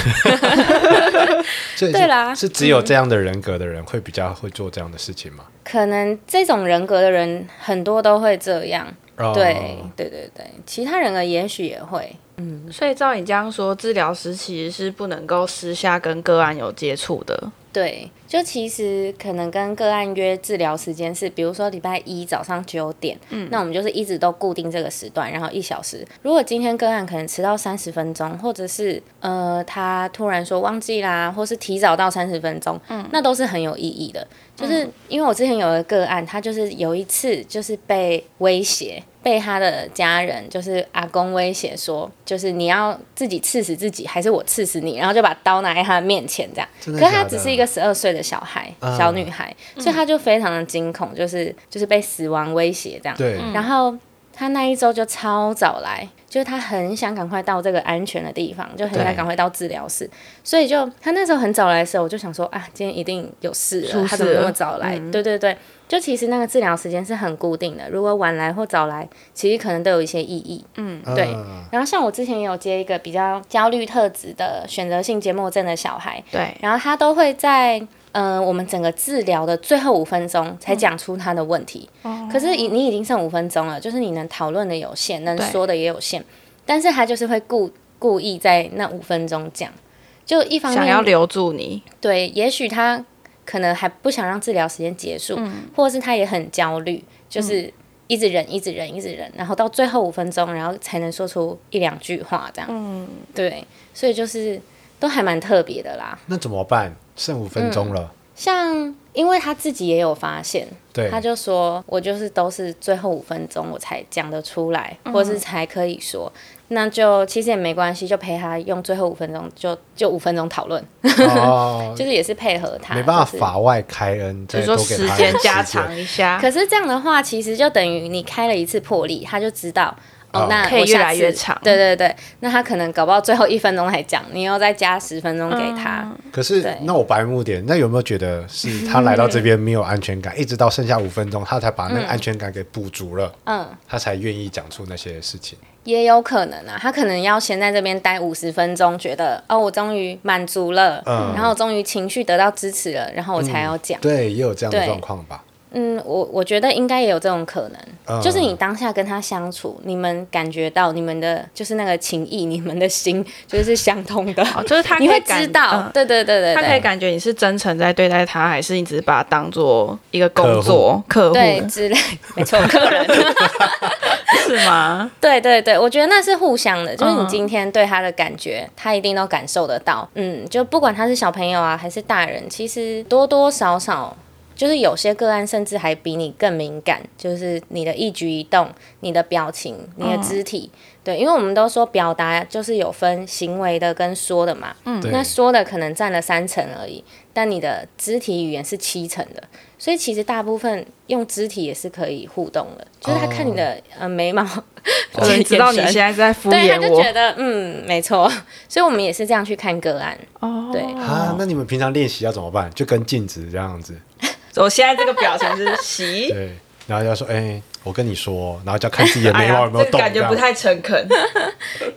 Speaker 2: 这
Speaker 1: 对啦
Speaker 2: 是只有这样的人格的人会比较会做这样的事情吗？
Speaker 1: 可能这种人格的人很多都会这样，
Speaker 2: 哦
Speaker 1: 对，对对对，其他人格也许也会，
Speaker 3: 所以照你这样说，治疗师其实是不能够私下跟个案有接触的。
Speaker 1: 对，就其实可能跟个案约治疗时间是，比如说礼拜一早上九点，嗯，那我们就是一直都固定这个时段，然后一小时。如果今天个案可能迟到三十分钟，或者是呃他突然说忘记啦，或是提早到三十分钟，嗯，那都是很有意义的。就是因为我之前有一个个案，他就是有一次就是被威胁，被他的家人就是阿公威胁说，就是你要自己刺死自己，还是我刺死你？然后就把刀拿在他的面前这样。
Speaker 2: 真的
Speaker 1: 可是他
Speaker 2: 假的嗯
Speaker 1: 只是一个十二岁的小孩，小女孩，所以他就非常的惊恐，就是就是被死亡威胁这样。
Speaker 2: 对，
Speaker 1: 然后他那一周就超早来，就是他很想赶快到这个安全的地方，就很想
Speaker 2: 对
Speaker 1: 赶快到治疗室，所以就他那时候很早来的时候，我就想说啊，今天一定有事了，
Speaker 3: 出事
Speaker 1: 他怎么那么
Speaker 3: 了
Speaker 1: 早来？
Speaker 2: 嗯
Speaker 1: 对对对，就其实那个治疗时间是很固定的，如果晚来或早来，其实可能都有一些意义。对
Speaker 2: 嗯
Speaker 1: 然后像我之前也有接一个比较焦虑特质的选择性缄默症的小孩，
Speaker 3: 对，
Speaker 1: 然后他都会在嗯、呃我们整个治疗的最后五分钟才讲出他的问题。
Speaker 3: 哦
Speaker 1: 可是你你已经剩五分钟了，就是你能讨论的有限，能
Speaker 3: 对
Speaker 1: 说的也有限，但是他就是会故故意在那五分钟讲，就一方
Speaker 3: 想要
Speaker 1: 面
Speaker 3: 留住你，
Speaker 1: 对，也许他可能还不想让治疗时间结束，
Speaker 3: 嗯
Speaker 1: 或者是他也很焦虑，就是。一直忍，一直忍，一直忍，然后到最后五分钟，然后才能说出一两句话，这样。
Speaker 3: 嗯
Speaker 1: 对，所以就是都还蛮特别的啦。
Speaker 2: 那怎么办？剩五分钟了，
Speaker 1: 像，因为他自己也有发现，
Speaker 2: 对，
Speaker 1: 嗯他就说我就是都是最后五分钟我才讲得出来，
Speaker 2: 嗯
Speaker 1: 或是才可以说，那就其实也没关系，就陪他用最后五分钟，就就五分钟讨论，
Speaker 2: 哦
Speaker 1: 就是也是配合他，
Speaker 2: 没办法
Speaker 1: 就是
Speaker 2: 法外开恩，
Speaker 3: 就
Speaker 2: 再
Speaker 3: 是说
Speaker 2: 多给
Speaker 3: 时
Speaker 2: 他一点
Speaker 3: 间
Speaker 2: 时
Speaker 3: 加长一下，
Speaker 1: 可是这样的话，其实就等于你开了一次破例，他就知道。哦
Speaker 2: 哦，
Speaker 1: 那
Speaker 3: 可以
Speaker 1: 我下
Speaker 3: 越来
Speaker 1: 次
Speaker 3: 越长
Speaker 1: 对对对，那他可能搞不好最后一分钟才讲，你又再加十分钟给他。
Speaker 3: 嗯
Speaker 2: 可是
Speaker 1: 对，
Speaker 2: 那我白目点，那有没有觉得是他来到这边没有安全感，一直到剩下五分钟，他才把那个安全感给补足了，
Speaker 1: 嗯，
Speaker 2: 他才愿意讲出那些事情？
Speaker 1: 也有可能啊，他可能要先在这边待五十分钟，觉得哦，我终于满足了，然后我终于情绪得到支持了，然后我才要讲。
Speaker 2: 对，也有这样的
Speaker 1: 对
Speaker 2: 状况吧？
Speaker 1: 嗯，我我觉得应该也有这种可能，
Speaker 2: 嗯
Speaker 1: 就是你当下跟他相处，你们感觉到你们的就是那个情谊，你们的心 就是相通的，
Speaker 3: 哦就是他可以
Speaker 1: 你会
Speaker 3: 感
Speaker 1: 知道，
Speaker 3: 嗯
Speaker 1: 对对对对
Speaker 3: 他可以
Speaker 1: 对。
Speaker 3: 感觉你是真诚在对待他，还是你只是把他当做一个工作客户
Speaker 1: 对，之类，没错，客人，
Speaker 3: 是吗？
Speaker 1: 对对对，我觉得那是互相的，就是你今天对他的感觉，他一定都感受得到。嗯，就不管他是小朋友啊，还是大人，其实多多少少，就是有些个案甚至还比你更敏感，就是你的一举一动、你的表情、你的肢体。对，因为我们都说表达就是有分行为的跟说的嘛，嗯
Speaker 2: 对
Speaker 1: 那说的可能占了三成而已，但你的肢体语言是七成的，所以其实大部分用肢体也是可以互动的，就是他看你的、呃眉毛，
Speaker 3: 有 人哦知道你
Speaker 1: 眼神
Speaker 3: 现在是在敷
Speaker 1: 哦对，他
Speaker 3: 衍
Speaker 1: 就
Speaker 3: 我
Speaker 1: 觉得嗯，没错， 所以我们也是这样去看个案。
Speaker 3: 哦
Speaker 1: 对
Speaker 2: 啊，那你们平常练习要怎么办？就跟镜子这样子，
Speaker 3: 我现在这个表情是洗，
Speaker 2: 对，然后要说，哎、我跟你说，然后就要看自己的眉
Speaker 3: 哎呀
Speaker 2: 毛有没有
Speaker 3: 这
Speaker 2: 动，
Speaker 3: 个感觉不太诚恳。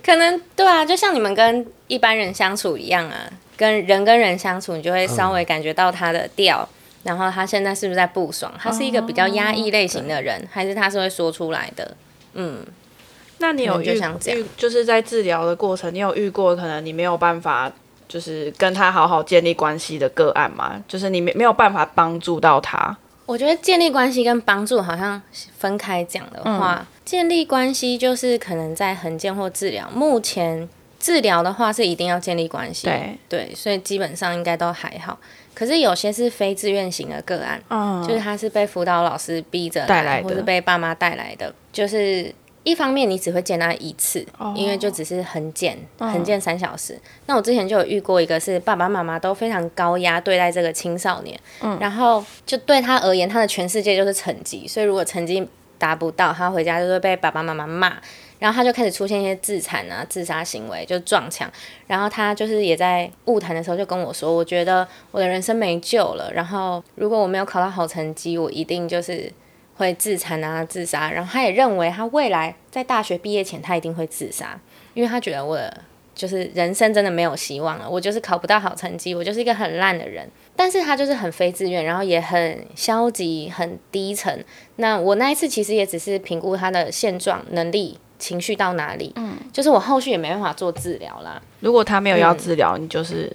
Speaker 1: 可能对啊，就像你们跟一般人相处一样啊，跟人跟人相处，你就会稍微感觉到他的调，然后他现在是不是在不爽？他是一个比较压抑类型的人，还是他是会说出来的？嗯，
Speaker 3: 那你有
Speaker 1: 可能就
Speaker 3: 遇
Speaker 1: 想这样
Speaker 3: 遇就是在治疗的过程，你有遇过可能你没有办法就是跟他好好建立关系的个案吗？就是你没没有办法帮助到他，
Speaker 1: 我觉得建立关系跟帮助好像分开讲的话，
Speaker 3: 嗯
Speaker 1: 建立关系就是可能在横件或治疗。目前治疗的话是一定要建立关系，
Speaker 3: 对
Speaker 1: 对，所以基本上应该都还好。可是有些是非自愿型的个案，
Speaker 3: 嗯
Speaker 1: 就是他是被辅导老师逼着
Speaker 3: 带来的
Speaker 1: 或是被爸妈带来的，就是。一方面你只会见他一次，因为就只是很见，很见三小时。那我之前就有遇过一个是爸爸妈妈都非常高压对待这个青少年，然后就对他而言，他的全世界就是成绩，所以如果成绩达不到，他回家就会被爸爸妈妈骂，然后他就开始出现一些自残啊、自杀行为，就撞墙。然后他就是也在物谈的时候就跟我说，我觉得我的人生没救了，然后如果我没有考到好成绩，我一定就是会自残啊、自杀。然后他也认为他未来在大学毕业前他一定会自杀，因为他觉得我的就是人生真的没有希望了，我就是考不到好成绩，我就是一个很烂的人。但是他就是很非自愿，然后也很消极、很低沉。那我那一次其实也只是评估他的现状、能力、情绪到哪里，嗯，就是我后续也没办法做治疗啦。
Speaker 3: 如果他没有要治疗，你就是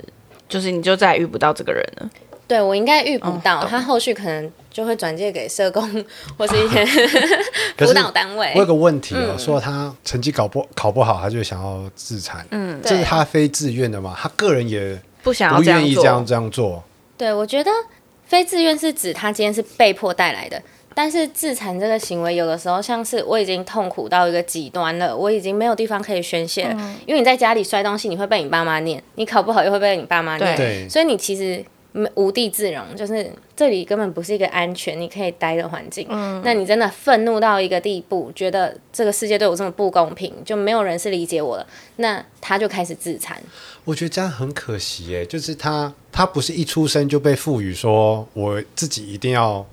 Speaker 3: 就是你就再也遇不到这个人了。
Speaker 1: 对我应该预估
Speaker 2: 哦
Speaker 1: 到、
Speaker 3: 懂
Speaker 1: 他后续可能就会转介给社工 或是一些辅
Speaker 2: 可是
Speaker 1: 导单位
Speaker 2: 我。有个问题
Speaker 3: 嗯
Speaker 2: 哦，说他成绩搞不考不好，他就想要自残，嗯，这是
Speaker 1: 对
Speaker 2: 他非自愿的嘛？他个人也
Speaker 3: 不想要
Speaker 2: 不
Speaker 3: 这样
Speaker 2: 愿意
Speaker 3: 做，
Speaker 2: 这样这样做，
Speaker 1: 对我觉得非自愿是指他今天是被迫带来的。但是自残这个行为，有的时候像是我已经痛苦到一个极端了，我已经没有地方可以宣泄了。因为你在家里摔东西，你会被你爸妈念；你考不好又会被你爸妈念。
Speaker 2: 对
Speaker 1: 所以你其实没无地自容，就是这里根本不是一个安全你可以待的环境。那你真的愤怒到一个地步，觉得这个世界对我这么不公平，就没有人是理解我了，那他就开始自残。
Speaker 2: 我觉得这样很可惜耶，就是他他不是一出生就被赋予说我自己一定要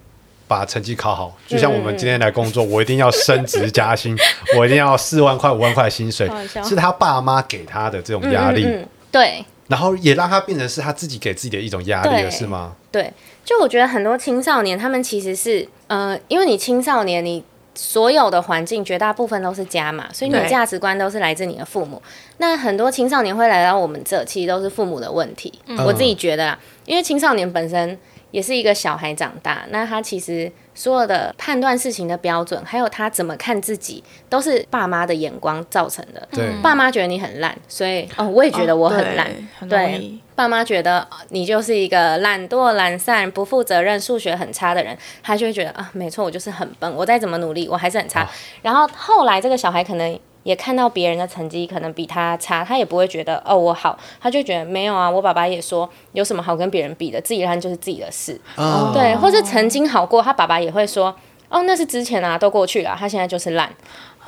Speaker 2: 把成绩考好，就像我们今天来工作，
Speaker 3: 嗯
Speaker 2: 我一定要升职加 薪，我一定要四万块五万块的薪水
Speaker 1: 好，笑
Speaker 2: 是他爸妈给他的这种压力，
Speaker 1: 嗯，对
Speaker 2: 然后也让他变成是他自己给自己的一种压力了，
Speaker 1: 对
Speaker 2: 是吗？
Speaker 1: 对，就我觉得很多青少年他们其实是，呃，因为你青少年你。所有的环境绝大部分都是家嘛，所以你的
Speaker 3: 对
Speaker 1: 价值观都是来自你的父母。那很多青少年会来到我们这，其实都是父母的问题。
Speaker 3: 嗯
Speaker 1: 我自己觉得啦，因为青少年本身也是一个小孩长大，那他其实所有的判断事情的标准，还有他怎么看自己，都是爸妈的眼光造成的。
Speaker 2: 对，
Speaker 1: 爸妈觉得你很烂，所以哦，我也觉得我很烂。
Speaker 3: 哦对很容
Speaker 1: 对
Speaker 3: 易，
Speaker 1: 爸妈觉得呃你就是一个懒惰、懒散、不负责任、数学很差的人，他就会觉得啊，没错，我就是很笨，我再怎么努力，我还是很差。然后后来这个小孩可能也看到别人的成绩可能比他差，他也不会觉得哦我好，他就觉得没有啊，我爸爸也说有什么好跟别人比的，自己烂就是自己的事。
Speaker 3: 哦
Speaker 2: 啊
Speaker 1: 对，或是曾经好过，他爸爸也会说，哦，那是之前啊，都过去了，他现在就是烂。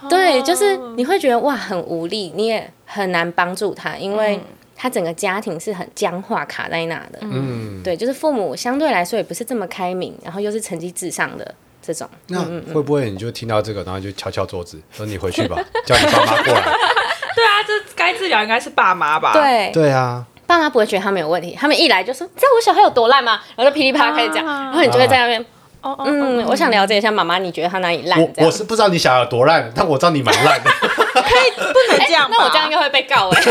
Speaker 3: 哦
Speaker 1: 对，就是你会觉得哇，很无力，你也很难帮助他，因为
Speaker 3: 嗯
Speaker 1: 他整个家庭是很僵化卡在那的。嗯，对，就是父母相对来说也不是这么开明，然后又是成绩至上的这种。
Speaker 2: 那会不会你就听到这个，然后就敲敲桌子，说你回去吧，叫你爸妈过来？
Speaker 3: 对啊，这该治疗应该是爸妈吧？，
Speaker 1: 对，
Speaker 2: 对啊，
Speaker 1: 爸妈不会觉得他们有问题，他们一来就说，知道我小孩有多烂吗？然后就噼里啪啦开始讲，然后你就会在那边，
Speaker 3: 啊哦哦，
Speaker 1: 嗯，我想了解一下妈妈，你觉得他哪里烂？这
Speaker 2: 我
Speaker 1: 样
Speaker 2: 我是不知道你小孩有多烂，但我知道你蛮烂的。
Speaker 3: 不能哎这样吧，
Speaker 1: 那我这样应该会被告 哎、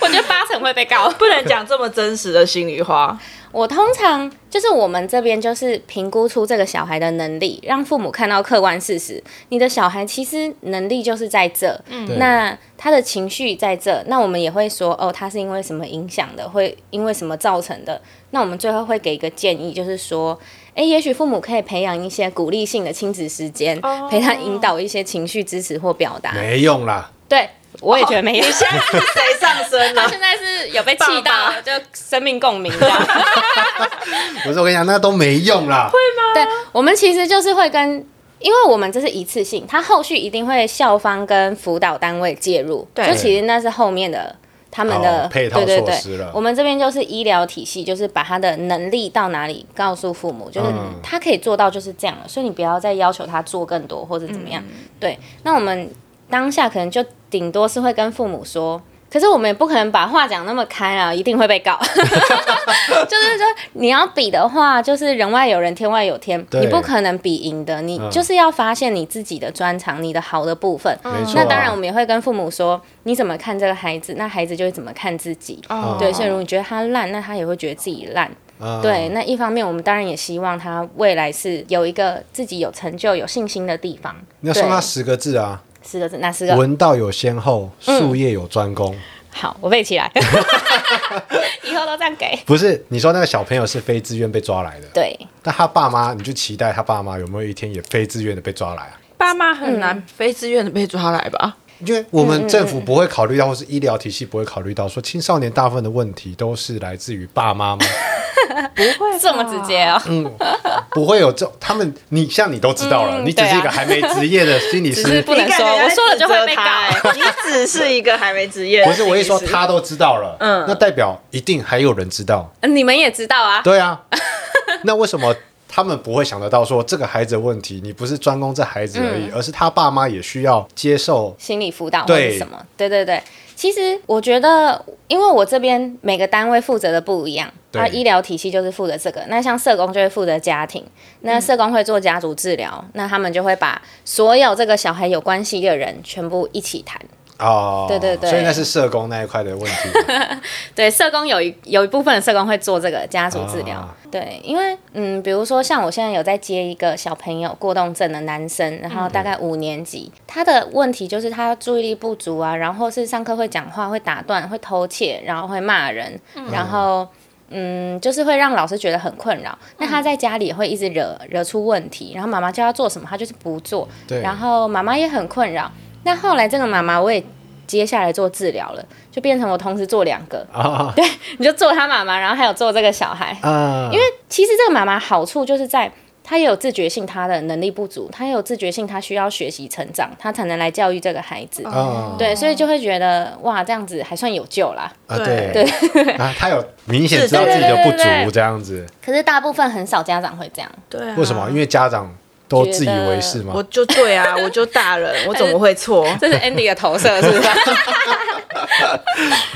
Speaker 1: 我觉得八成会被告。
Speaker 3: 不能讲这么真实的心里话。
Speaker 1: 我通常就是我们这边就是评估出这个小孩的能力，让父母看到客观事实。你的小孩其实能力就是在这，
Speaker 2: 对
Speaker 1: 那他的情绪在这，那我们也会说哦，他是因为什么影响的，会因为什么造成的。那我们最后会给一个建议，就是说，诶，也许父母可以培养一些鼓励性的亲子时间，
Speaker 3: 哦
Speaker 1: 陪他引导一些情绪支持或表达。
Speaker 2: 没用啦，
Speaker 1: 对，我也觉得没有。
Speaker 3: 谁上身
Speaker 1: 他
Speaker 3: 了？
Speaker 1: 现在是有被气到
Speaker 3: 爸
Speaker 1: 了，就生命共鸣这样。
Speaker 2: 不是我跟你讲，那都没用啦。
Speaker 1: 对，我们其实就是会跟，因为我们这是一次性，他后续一定会校方跟辅导单位介入，
Speaker 3: 对
Speaker 1: 就其实那是后面的。他们的、
Speaker 2: 哦配套
Speaker 1: 对对
Speaker 2: 措
Speaker 1: 对
Speaker 2: 施了，
Speaker 1: 我们这边就是医疗体系，就是把他的能力到哪里告诉父母，就是
Speaker 2: 嗯
Speaker 1: 他可以做到就是这样了，所以你不要再要求他做更多或者怎么样。
Speaker 2: 嗯
Speaker 1: 对，那我们当下可能就顶多是会跟父母说，可是我们也不可能把话讲那么开啊，一定会被告。 就是说，你要比的话，就是人外有人，天外有天，
Speaker 2: 对嗯
Speaker 1: 你不可能比赢的，你就是要发现你自己的专长，你的好的部分。
Speaker 2: 没错啊。
Speaker 1: 那当然，我们也会跟父母说你怎么看这个孩子，那孩子就会怎么看自己。
Speaker 3: 哦
Speaker 1: 对，所以如果你觉得他烂，那他也会觉得自己烂。
Speaker 2: 嗯
Speaker 1: 对，那一方面我们当然也希望他未来是有一个自己有成就、有信心的地方。
Speaker 2: 你要送他
Speaker 1: 对
Speaker 2: 十个字啊，
Speaker 1: 十个字，哪十个？
Speaker 2: 文道有先后，术业有专攻。
Speaker 1: 好，我背起来，以后都这样给。
Speaker 2: 不是你说那个小朋友是非自愿被抓来的，
Speaker 1: 对，
Speaker 2: 但他爸妈，你就期待他爸妈有没有一天也非自愿的被抓来啊？
Speaker 3: 爸妈很难非自愿的被抓来吧？
Speaker 2: 因为我
Speaker 1: 嗯
Speaker 2: 们政府不会考虑到，或是医疗体系不会考虑到，说青少年大部分的问题都是来自于爸妈吗？
Speaker 3: 不会
Speaker 1: 这么直接哦。
Speaker 2: 不会有这种他们，你像你都知道了，
Speaker 1: 嗯
Speaker 2: 你只是一
Speaker 1: 对
Speaker 2: 个
Speaker 1: 啊
Speaker 2: 还没职业的心 理
Speaker 1: 只
Speaker 2: 师
Speaker 1: 是，不能说，我说了就会被告。
Speaker 3: 你只是一个还没职业，
Speaker 2: 不是我一说他都知道了，
Speaker 1: 嗯
Speaker 2: 那代表一定还有人知道，
Speaker 1: 你们也知道啊，
Speaker 2: 对啊，那为什么他们不会想得到说这个孩子的问题，你不是专攻这孩子而
Speaker 1: 嗯
Speaker 2: 已，而是他爸妈也需要接受？
Speaker 1: 心理辅导或
Speaker 2: 对
Speaker 1: 者什么，对对对。其实我觉得，因为我这边每个单位负责的不一样，
Speaker 2: 对
Speaker 1: 那医疗体系就是负责这个，那像社工就会负责家庭，那社工会做家族治疗，那他们就会把所有这个小孩有关系的人全部一起谈。
Speaker 2: 哦，
Speaker 1: 对对对
Speaker 2: 所以那是社工那一块的 问题。
Speaker 1: 对，社工有一有一部分的社工会做这个家族治疗。
Speaker 2: 啊
Speaker 1: 对，因为嗯，比如说像我现在有在接一个小朋友过动症的男生，然后大概五年级，他的问题就是他注意力不足啊，然后是上课会讲话、会打断、会偷窃，然后会骂人，然后。嗯，就是会让老师觉得很困扰。那他在家里也会一直惹惹出问题，然后妈妈叫他做什么，他就是不做。
Speaker 2: 对，
Speaker 1: 然后妈妈也很困扰。那后来这个妈妈我也接下来做治疗了，就变成我同时做两个，
Speaker 2: 啊
Speaker 1: 你就做他妈妈，然后还有做这个小孩。
Speaker 2: 啊！
Speaker 1: 因为其实这个妈妈好处就是在她也有自觉性，她的能力不足，她也有自觉性，她需要学习成长，她才能来教育这个孩子。
Speaker 2: 啊，
Speaker 1: 对，所以就会觉得哇，这样子还算有救啦。
Speaker 2: 啊
Speaker 3: 对
Speaker 2: 对啊，他有明显知道自己的不足，这样子
Speaker 1: 可是大部分很少家长会这样，
Speaker 3: 对啊，
Speaker 2: 为什么？因为家长都自以为是嘛
Speaker 3: 我。就对啊，我就大人，我怎么会错？
Speaker 1: 这是 Andy 的投射，是不是？
Speaker 3: 哦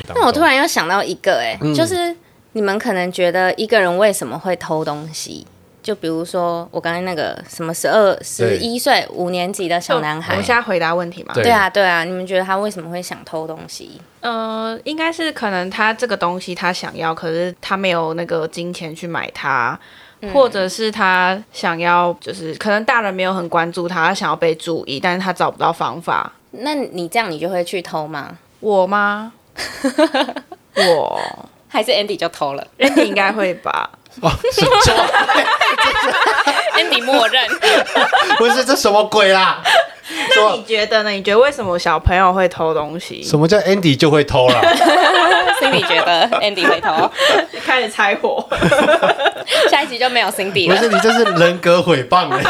Speaker 1: 那我突然又想到一个、哎、
Speaker 3: 嗯
Speaker 1: 就是你们可能觉得一个人为什么会偷东西？就比如说我刚才那个什么十二、十一岁五年级的小男
Speaker 3: 哦我
Speaker 1: 孩
Speaker 3: 们，现在回答问题嘛。
Speaker 2: 对
Speaker 1: 对啊，对啊，你们觉得他为什么会想偷东西？
Speaker 3: 呃，应该是可能他这个东西他想要，可是他没有那个金钱去买它，或者是他想要，就是可能大人没有很关注他，他想要被注意，但是他找不到方法。
Speaker 1: 那你这样你就会去偷吗？
Speaker 3: 我 吗？我
Speaker 1: 还是 Andy 就偷了
Speaker 3: Andy 应该会吧？
Speaker 2: 哦， 是这
Speaker 1: ？Andy 默 认
Speaker 2: 不是这什么鬼啊啦？什
Speaker 1: 啊
Speaker 3: 那你
Speaker 2: 么
Speaker 3: 觉得呢？你觉得为什么小朋友会偷东西？
Speaker 2: 什么叫 Andy 就会偷了？
Speaker 1: ，Cindy 觉得 Andy 会偷，
Speaker 3: 开始拆 火，
Speaker 1: 下一集就没有 Cindy
Speaker 2: 不
Speaker 1: 了
Speaker 2: 是。你这是人格毁 谤哎！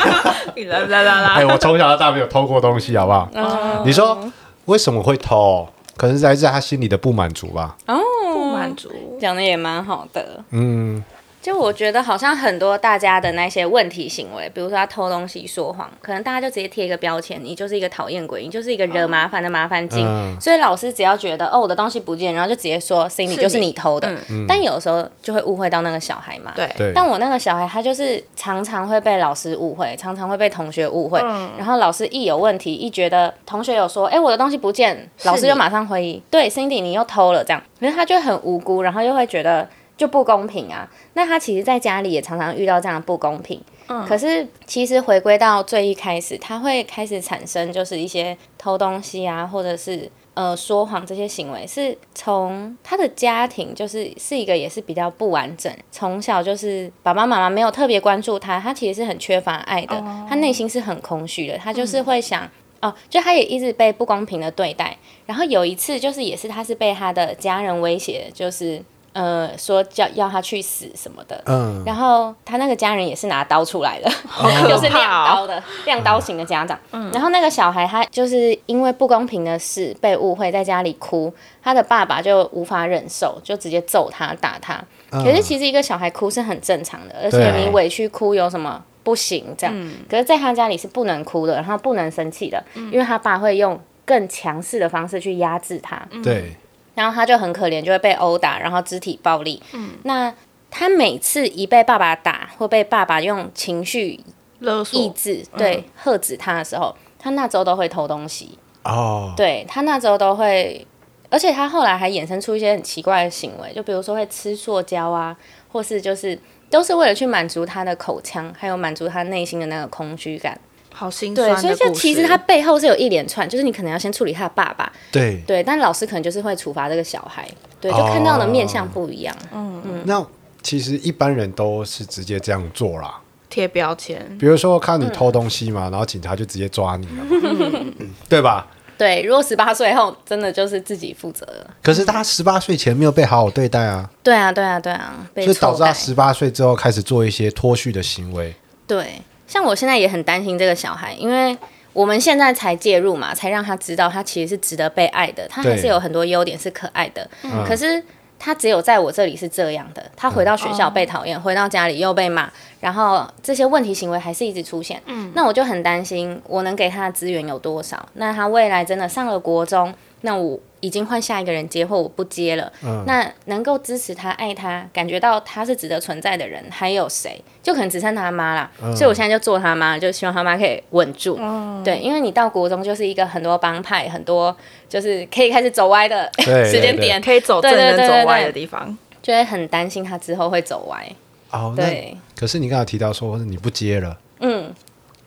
Speaker 3: 啦啦啦啦
Speaker 2: 哎，我从小到大没有偷过东西，好不好？
Speaker 1: 哦
Speaker 2: 你说为什么会偷？可能是来自他心里的不满足吧。
Speaker 3: 不
Speaker 1: 哦，
Speaker 3: 满足。
Speaker 1: 讲的也蛮好的。
Speaker 2: 嗯，
Speaker 1: 就我觉得好像很多大家的那些问题行为，比如说他偷东西、说谎，可能大家就直接贴一个标签，你就是一个讨厌鬼，你就是一个惹麻烦的麻烦精。
Speaker 2: 嗯
Speaker 1: 所以老师只要觉得哦我的东西不见，然后就直接说 Cindy 就是你嗯偷的，
Speaker 2: 嗯
Speaker 1: 但有时候就会误会到那个小孩嘛。
Speaker 3: 嗯对
Speaker 2: 对。
Speaker 1: 但我那个小孩，他就是常常会被老师误会，常常会被同学误会。然后老师一有问题，一觉得同学有说，哎、我的东西不见，老师就马上怀疑，对，Cindy 你又偷了这样。可是他就很无辜，然后又会觉得就不公平啊。那他其实在家里也常常遇到这样的不公平。可是其实回归到最一开始，他会开始产生就是一些偷东西啊，或者是呃说谎这些行为，是从他的家庭就是是一个也是比较不完整，从小就是爸爸妈妈没有特别关注他，他其实是很缺乏爱的，他内心是很空虚的，他就是会想。哦，就他也一直被不公平的对待，然后有一次就是也是他是被他的家人威胁，就是呃说叫要他去死什么的，
Speaker 2: 嗯，
Speaker 1: 然后他那个家人也是拿刀出来的，
Speaker 3: 可怕 哦
Speaker 1: 就是亮刀的亮刀型的家长。然后那个小孩他就是因为不公平的事被误会，在家里哭，他的爸爸就无法忍受，就直接揍他打他。
Speaker 2: 嗯
Speaker 1: 可是其实一个小孩哭是很正常的，而
Speaker 2: 对
Speaker 1: 且
Speaker 2: 啊
Speaker 1: 你委屈哭有什么？不行，这样。可是，在他家里是不能哭的，然后不能生气的，因为他爸会用更强势的方式去压制他。
Speaker 2: 对，
Speaker 1: 然后他就很可怜，就会被殴打，然后肢体暴力。那他每次一被爸爸打，或被爸爸用情绪
Speaker 3: 勒
Speaker 1: 抑
Speaker 3: 索，
Speaker 1: 制对喝止他的时候，他那周都会偷东西，
Speaker 2: 哦，
Speaker 1: 对他那周都会，而且他后来还衍生出一些很奇怪的行为，就比如说会吃塑胶啊，或是就是都是为了去满足他的口腔，还有满足他内心的那个空虚感。
Speaker 3: 好心酸
Speaker 1: 对，
Speaker 3: 的
Speaker 1: 所以就
Speaker 3: 故
Speaker 1: 其实
Speaker 3: 事
Speaker 1: 他背后是有一连串，就是你可能要先处理他的爸爸，
Speaker 2: 对。
Speaker 1: 对，但老师可能就是会处罚这个小孩，对，就看到的面相不一样。嗯
Speaker 2: 那其实一般人都是直接这样做啦，
Speaker 3: 贴标签，
Speaker 2: 比如说看你偷东西
Speaker 1: 嗯
Speaker 2: 嘛，然后警察就直接抓你了嘛， 对吧？
Speaker 1: 对，如果十八岁后真的就是自己负责了。
Speaker 2: 可是他十八岁前没有被好好对待啊，
Speaker 1: 对啊，对啊，对啊，被
Speaker 2: 所以导
Speaker 1: 错
Speaker 2: 致他
Speaker 1: 待。
Speaker 2: 十八岁之后开始做一些脱序的行为。
Speaker 1: 对，像我现在也很担心这个小孩，因为我们现在才介入嘛，才让他知道他其实是值得被爱的，他还
Speaker 2: 对
Speaker 1: 是有很多优点是可爱的。可是他只有在我这里是这样的，他
Speaker 2: 嗯
Speaker 1: 回到学校
Speaker 2: 哦
Speaker 1: 被讨厌，回到家里又被骂，然后这些问题行为还是一直出现。
Speaker 2: 嗯
Speaker 1: 那我就很担心，我能给他的资源有多少？那他未来真的上了国中，那我。已经换下一个人接，或我不接了。
Speaker 2: 嗯
Speaker 1: 那能够支持他、爱他、感觉到他是值得存在的人，还有谁？就可能只剩他妈啦。
Speaker 2: 嗯
Speaker 1: 所以我现在就做他妈，就希望他妈可以稳住。
Speaker 2: 哦
Speaker 1: 对，因为你到国中就是一个很多帮派，很多就是可以开始走歪的
Speaker 2: 对
Speaker 1: 时间
Speaker 2: 对
Speaker 1: 点，
Speaker 3: 可以走正
Speaker 1: 对对
Speaker 3: 跟
Speaker 1: 对对
Speaker 3: 走歪的
Speaker 1: 嗯对
Speaker 3: 地方。
Speaker 1: 就会很担心他之后会走歪。
Speaker 2: 哦，那
Speaker 1: 对，
Speaker 2: 可是你刚才提到说你不接了，
Speaker 1: 嗯，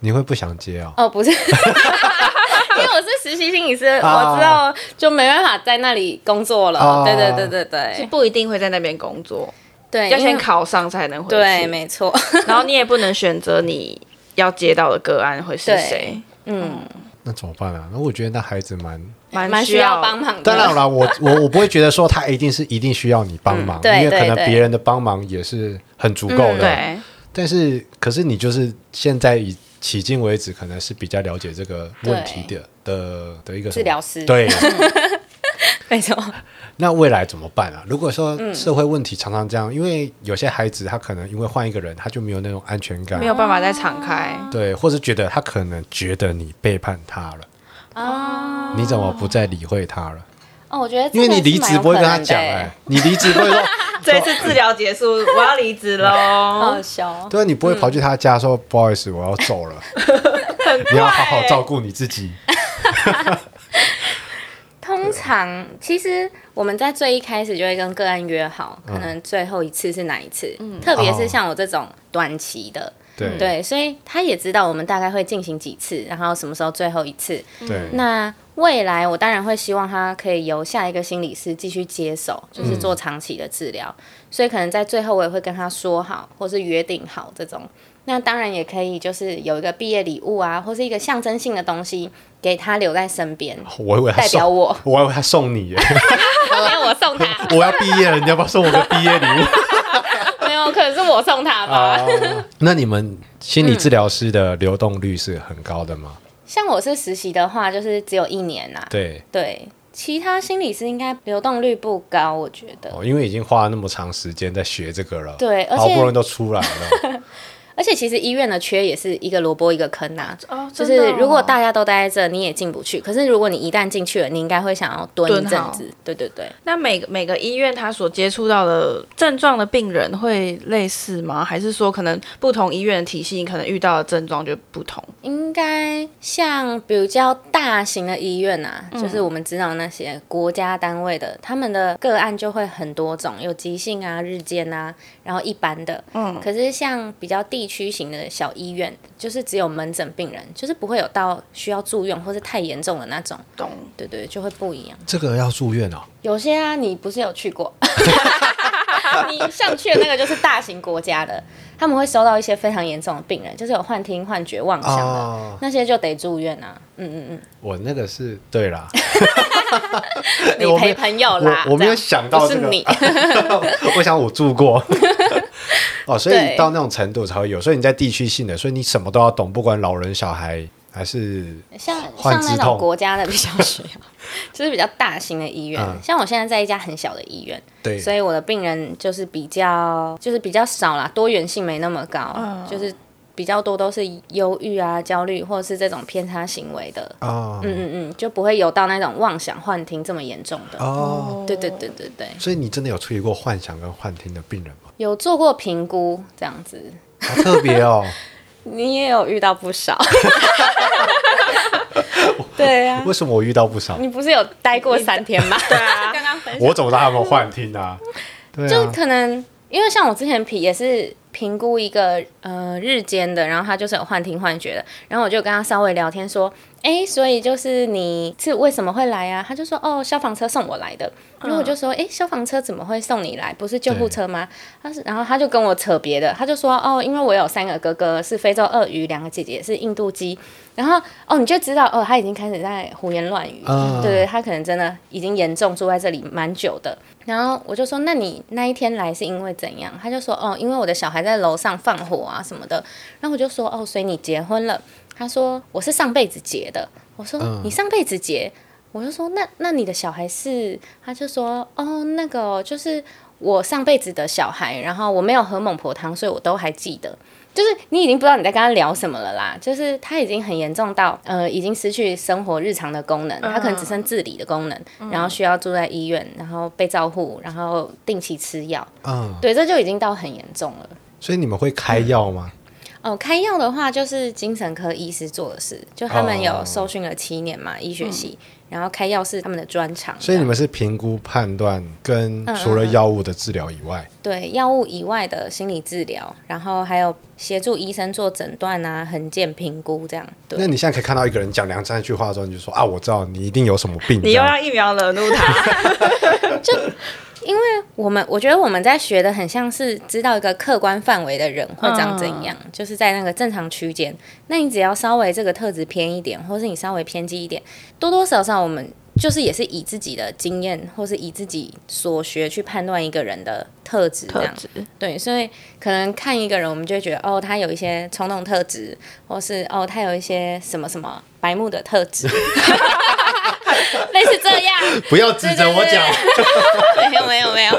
Speaker 2: 你会不想接哦？
Speaker 1: 哦，不 是，因为我是实习心理师，
Speaker 2: 啊
Speaker 1: 我之后就没办法在那里工作了。
Speaker 2: 啊
Speaker 1: 对对对对
Speaker 3: 是
Speaker 1: 对
Speaker 3: 不一定会在那边工作，
Speaker 1: 对，
Speaker 3: 要
Speaker 1: 因为
Speaker 3: 先考上才能回去。
Speaker 1: 对，没错，
Speaker 3: 然后你也不能选择你要接到的个案会是谁。
Speaker 1: 嗯。
Speaker 2: 那怎么办啊？那我觉得那孩子蛮……
Speaker 1: 蛮需要帮忙的。
Speaker 2: 当然啦，我我我不会觉得说他一定是一定需要你帮忙，
Speaker 1: 嗯对
Speaker 2: 因为可
Speaker 1: 对嗯
Speaker 2: 能
Speaker 1: 对
Speaker 2: 别人的帮忙也是很足够的。
Speaker 3: 对，
Speaker 2: 但是，可是你就是现在以迄今为止，可能是比较了解这个问题的的的一个什
Speaker 1: 治
Speaker 2: 么
Speaker 1: 疗师
Speaker 2: 对，
Speaker 1: 没错，
Speaker 2: 那未来怎么办啊？如果说
Speaker 1: 嗯
Speaker 2: 社会问题常常这样，因为有些孩子他可能因为换一个人，他就没有那种安全感
Speaker 3: 没，有办法再敞开。
Speaker 2: 对，或是觉得他可能觉得你背叛他了，
Speaker 1: 啊，
Speaker 2: 你怎么不再理会他了？
Speaker 1: 哦，我觉得这
Speaker 2: 因为
Speaker 1: 个
Speaker 2: 你
Speaker 1: 是
Speaker 2: 离
Speaker 1: 蛮
Speaker 2: 职
Speaker 1: 有
Speaker 2: 不会
Speaker 1: 可
Speaker 2: 跟他
Speaker 1: 能的
Speaker 2: 讲哎、
Speaker 1: 欸，
Speaker 2: 你离职 不会说
Speaker 3: 这一次治疗结束，我要离职 喽
Speaker 1: 好。笑。
Speaker 2: 对，你不会跑去他家说、不好意思，我要走 了，你要好
Speaker 1: 欸
Speaker 2: 好照顾你自己。
Speaker 1: 通常其实我们在最一开始就会跟个案约好，可能最后一次是哪一次，特别是像我这种短期的。
Speaker 2: 对
Speaker 1: 对，所以他也知道我们大概会进行几次，然后什么时候最后一次。
Speaker 2: 对
Speaker 1: 嗯那未来我当然会希望他可以由下一个心理师继续接手，就是做长期的治疗。所以可能在最后我也会跟他说好，或是约定好这种。那当然也可以，就是有一个毕业礼物啊，或是一个象征性的东西给他留在身 边，
Speaker 2: 我以为他
Speaker 1: 代表
Speaker 2: 送，
Speaker 1: 我，
Speaker 2: 我以为他送你 耶，
Speaker 1: 哦没有我送他，
Speaker 2: 我要毕业了，你要不要送我个毕业礼物？
Speaker 1: 没有，可能是我送他吧。
Speaker 2: 那你们心理治疗师的流动率是很高的吗？
Speaker 1: 像我是实习的话，就是只有一年呐、
Speaker 2: 对，
Speaker 1: 对，其他心理师应该流动率不高，我觉得。
Speaker 2: 哦，因为已经花了那么长时间在学这个了，
Speaker 1: 对而且
Speaker 2: 好不容易都出 来了，
Speaker 1: 而且其实医院的缺也是一个萝卜一个坑呐、
Speaker 3: 哦，
Speaker 1: 就是如果大家都待在这，你也进不去。可是如果你一旦进去了，你应该会想要蹲一
Speaker 3: 蹲
Speaker 1: 阵
Speaker 3: 好
Speaker 1: 子。对对对，
Speaker 3: 那每个每个医院他所接触到的症状的病人会类似吗？还是说可能不同医院的体系，你可能遇到的症状就不同？
Speaker 1: 应该像比较大型的医院啊，
Speaker 3: 嗯
Speaker 1: 就是我们知道那些国家单位的，他们的个案就会很多种，有急性啊、日间啊，然后一般的。嗯。可是像比较地区型的小医院，就是只有门诊病人，就是不会有到需要住院或是太严重的那种。
Speaker 3: 懂？
Speaker 1: 对对，就会不一样。
Speaker 2: 这个要住院哦。
Speaker 1: 有些啊，你不是有去过？ 你上去的那个就是大型国家的，他们会收到一些非常严重的病人，就是有幻听、幻觉、妄想的，
Speaker 2: 哦
Speaker 1: 那些就得住院啊。嗯嗯嗯，
Speaker 2: 我那个是 对啦，
Speaker 1: 你
Speaker 2: 哎我
Speaker 1: 陪
Speaker 2: 没
Speaker 1: 朋友啦，
Speaker 2: 我我没有
Speaker 1: 这样
Speaker 2: 想到这
Speaker 1: 不是
Speaker 2: 个
Speaker 1: 你，
Speaker 2: 我想我 住过。哦，所以
Speaker 1: 对
Speaker 2: 到那种程度才会有，所以你在地区性的，所以你什么都要懂，不管老人、小孩还是
Speaker 1: 像
Speaker 2: 患
Speaker 1: 像
Speaker 2: 肢
Speaker 1: 那
Speaker 2: 痛
Speaker 1: 种国家的比较需要，就是比较大型的医院。
Speaker 2: 嗯
Speaker 1: 像我现在在一家很小的医院，
Speaker 2: 对
Speaker 1: 所以我的病人就是比较就是比较少啦，多元性没那么高，
Speaker 2: 嗯
Speaker 1: 就是比较多都是忧郁啊、焦虑或者是这种偏差行为的。
Speaker 2: 啊、
Speaker 1: 嗯嗯嗯，就不会有到那种妄想幻听这么严重的。
Speaker 2: 哦，
Speaker 1: 对对对对对，
Speaker 2: 所以你真的有处理过幻想跟幻听的病人吗？
Speaker 1: 有做过评估这样子，
Speaker 2: 好特别 哦。
Speaker 1: 你也有遇到不少。对呀、啊，
Speaker 2: 为什么我遇到不少？
Speaker 1: 你不是有待过三天吗？对啊，刚刚分
Speaker 2: 我怎么知道他们幻 听啊？对
Speaker 1: 就
Speaker 2: 啊，
Speaker 1: 可能因为像我之前评也是评估一个呃日间的，然后他就是有幻听幻觉的，然后我就跟他稍微聊天说，哎、所以就是你是为什么会来啊？他就说哦，消防车送我来的。然后我就说，哎、消防车怎么会送你来？不是救护车吗？他是，然后他就跟我扯别的，他就说哦，因为我有三个哥哥是非洲鳄鱼，两个姐姐是印度鸡。然后哦，你就知道哦，他已经开始在胡言乱语，
Speaker 2: 啊
Speaker 1: 对对，他可能真的已经严重住在这里蛮久的。然后我就说，那你那一天来是因为怎样？他就说，哦，因为我的小孩在楼上放火啊什么的。然后我就说，哦，所以你结婚了？他说我是上辈子结的。我说、你上辈子结？我就说那那你的小孩是？他就说哦，那个哦就是我上辈子的小孩，然后我没有喝孟婆汤，所以我都还记得。就是你已经不知道你在跟他聊什么了啦，就是他已经很严重到呃，已经失去生活日常的功能，他可能只剩自理的功能，然后需要住在医院，然后被照护，然后定期吃药，
Speaker 2: 嗯，
Speaker 1: 对，这就已经到很严重了。
Speaker 2: 所以你们会开药吗？
Speaker 1: 哦，开药的话就是精神科医师做的事，就他们
Speaker 2: 哦
Speaker 1: 有受训了七年嘛，医学系，然后开药是他们的专长。
Speaker 2: 所以你们是评估判断
Speaker 1: 嗯
Speaker 2: 跟除了药物的治疗以外，
Speaker 1: 对药物以外的心理治疗，然后还有协助医生做诊断啊、横件评估这样。
Speaker 2: 那
Speaker 1: 对，
Speaker 2: 你现在可以看到一个人讲两三句话 之后，你就说啊，我知道你一定有什么病。
Speaker 3: 你又
Speaker 2: 这样
Speaker 3: 要疫苗惹怒他？
Speaker 1: 因为我们我觉得我们在学的很像是知道一个客观范围的人会长怎样，就是在那个正常区间。那你只要稍微这个特质偏一点，或是你稍微偏激一点，多多少少我们就是也是以自己的经验，或是以自己所学去判断一个人的特质这
Speaker 3: 特
Speaker 1: 样。
Speaker 3: 质，
Speaker 1: 对，所以可能看一个人，我们就会觉得哦，他有一些冲动特质，或是哦，他有一些什么什么白目的特质， 类似这样。
Speaker 2: 不要指着我讲
Speaker 1: 没有没有 没有，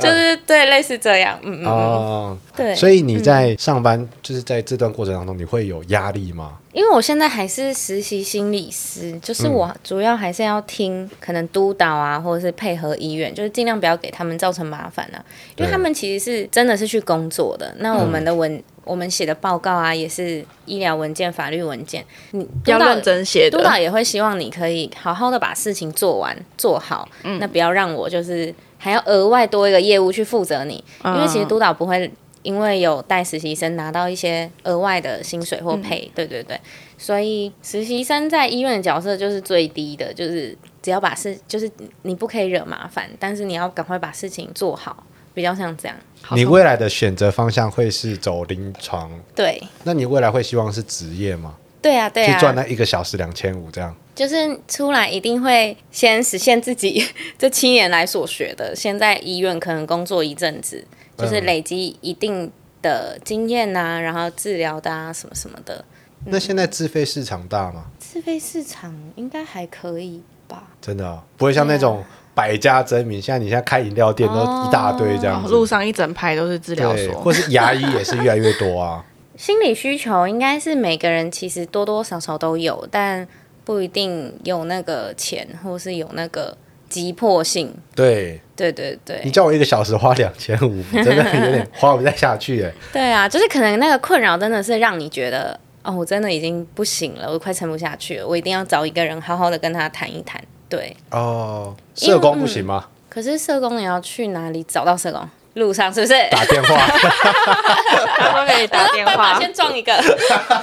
Speaker 1: 就是对，类似这样。嗯嗯，
Speaker 2: 哦。
Speaker 1: 对。
Speaker 2: 所以你在上班，就是在这段过程当中，你会有压力吗？
Speaker 1: 因为我现在还是实习心理师，就是我主要还是要听可能督导啊，或者是配合医院，就是尽量不要给他们造成麻烦啊，因为
Speaker 2: 对
Speaker 1: 他们其实是真的是去工作的。那我们的文，我们写的报告啊，也是医疗文件、法律文件，你督
Speaker 3: 要
Speaker 1: 导
Speaker 3: 认真写
Speaker 1: 督导
Speaker 3: 的。
Speaker 1: 也会希望你可以好好的把事情做完做好，那不要让我就是还要额外多一个业务去负责你，因为其实督导不会因为有带实习生拿到一些额外的薪水或配，对对对，所以实习生在医院的角色就是最低的，就是只要把事就是你不可以惹麻烦，但是你要赶快把事情做好，比较像这样，
Speaker 3: 好
Speaker 2: 你未来的选择方向会是走临床？
Speaker 1: 对
Speaker 2: 那你未来会希望是职业吗？
Speaker 1: 对啊对啊，
Speaker 2: 去赚那一个小时两千五这样？
Speaker 1: 就是出来一定会先实现自己 这七年来所学的，先在医院可能工作一阵子，就是累积一定的经验呐、然后治疗的啊什么什么的。
Speaker 2: 那现在自费市场大吗？
Speaker 1: 自费市场应该还可以吧？
Speaker 2: 真的哦、不会像那种百家争鸣。现在你现在开饮料店都一大堆这样子，
Speaker 3: 哦路上一整排都是治疗
Speaker 2: 对，
Speaker 3: 所
Speaker 2: 或，是牙医也是越来越多啊。
Speaker 1: 心理需求应该是每个人其实多多少少都有，但不一定有那个钱或是有那个急迫性。
Speaker 2: 对
Speaker 1: 对对对，
Speaker 2: 你叫我一个小时花两千五，真的有点花不太下去哎。
Speaker 1: 对啊，就是可能那个困扰真的是让你觉得，哦，我真的已经不行了，我快撑不下去了，我一定要找一个人好好的跟他谈一谈。对，
Speaker 2: 哦，社工不行吗？
Speaker 1: 可是社工你要去哪里找到社工？路上是不是？
Speaker 2: 打电话
Speaker 3: 他都可以打电
Speaker 1: 斑马
Speaker 3: 话。
Speaker 1: 先撞一个，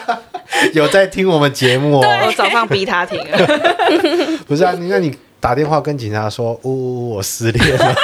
Speaker 2: 有在听我们节目哦？
Speaker 3: 我早上逼他停了，
Speaker 2: 不是啊，你那你打电话跟警察说，呜呜，呜，我失恋了。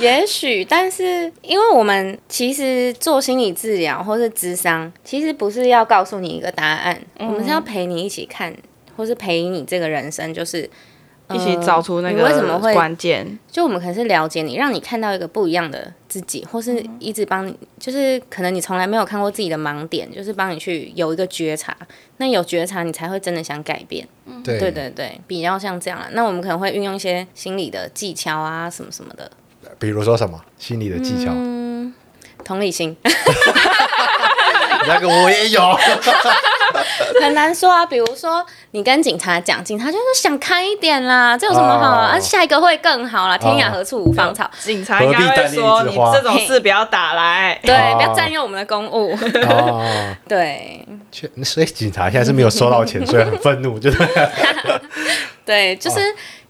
Speaker 1: 也许，但是因为我们其实做心理治疗或是智商，其实不是要告诉你一个答案，
Speaker 3: 嗯
Speaker 1: 我们是要陪你一起看，或是陪你这个人生，就是、
Speaker 3: 一起找出那
Speaker 1: 嗯你为什么
Speaker 3: 个
Speaker 1: 会
Speaker 3: 关键。
Speaker 1: 就我们可能是了解你，让你看到一个不一样的自己，或是
Speaker 2: 嗯
Speaker 1: 一直帮你，就是可能你从来没有看过自己的盲点，就是帮你去有一个觉察。那有觉察，你才会真的想改变。
Speaker 2: 对
Speaker 1: 对对对，比较像这样啦。那我们可能会运用一些心理的技巧啊，什么什么的，
Speaker 2: 比如说什么心理的技巧，
Speaker 1: 同理心
Speaker 2: 那个我也有。
Speaker 1: 很难说啊。比如说你跟警察讲，警察就是想开一点啦，这有什么好啊？
Speaker 2: 哦
Speaker 1: 啊下一个会更好啦。天涯何处无芳草。
Speaker 3: 警察应该会说
Speaker 2: 何必单恋一
Speaker 3: 你
Speaker 2: 枝花
Speaker 3: 这种事不要打来。
Speaker 1: 对，
Speaker 2: 哦
Speaker 1: 不要占用我们的公务。
Speaker 2: 哦，
Speaker 1: 对，
Speaker 2: 确所以警察现在是没有收到钱，所以很愤怒，就是
Speaker 1: 对，
Speaker 3: 嗯
Speaker 1: 就是、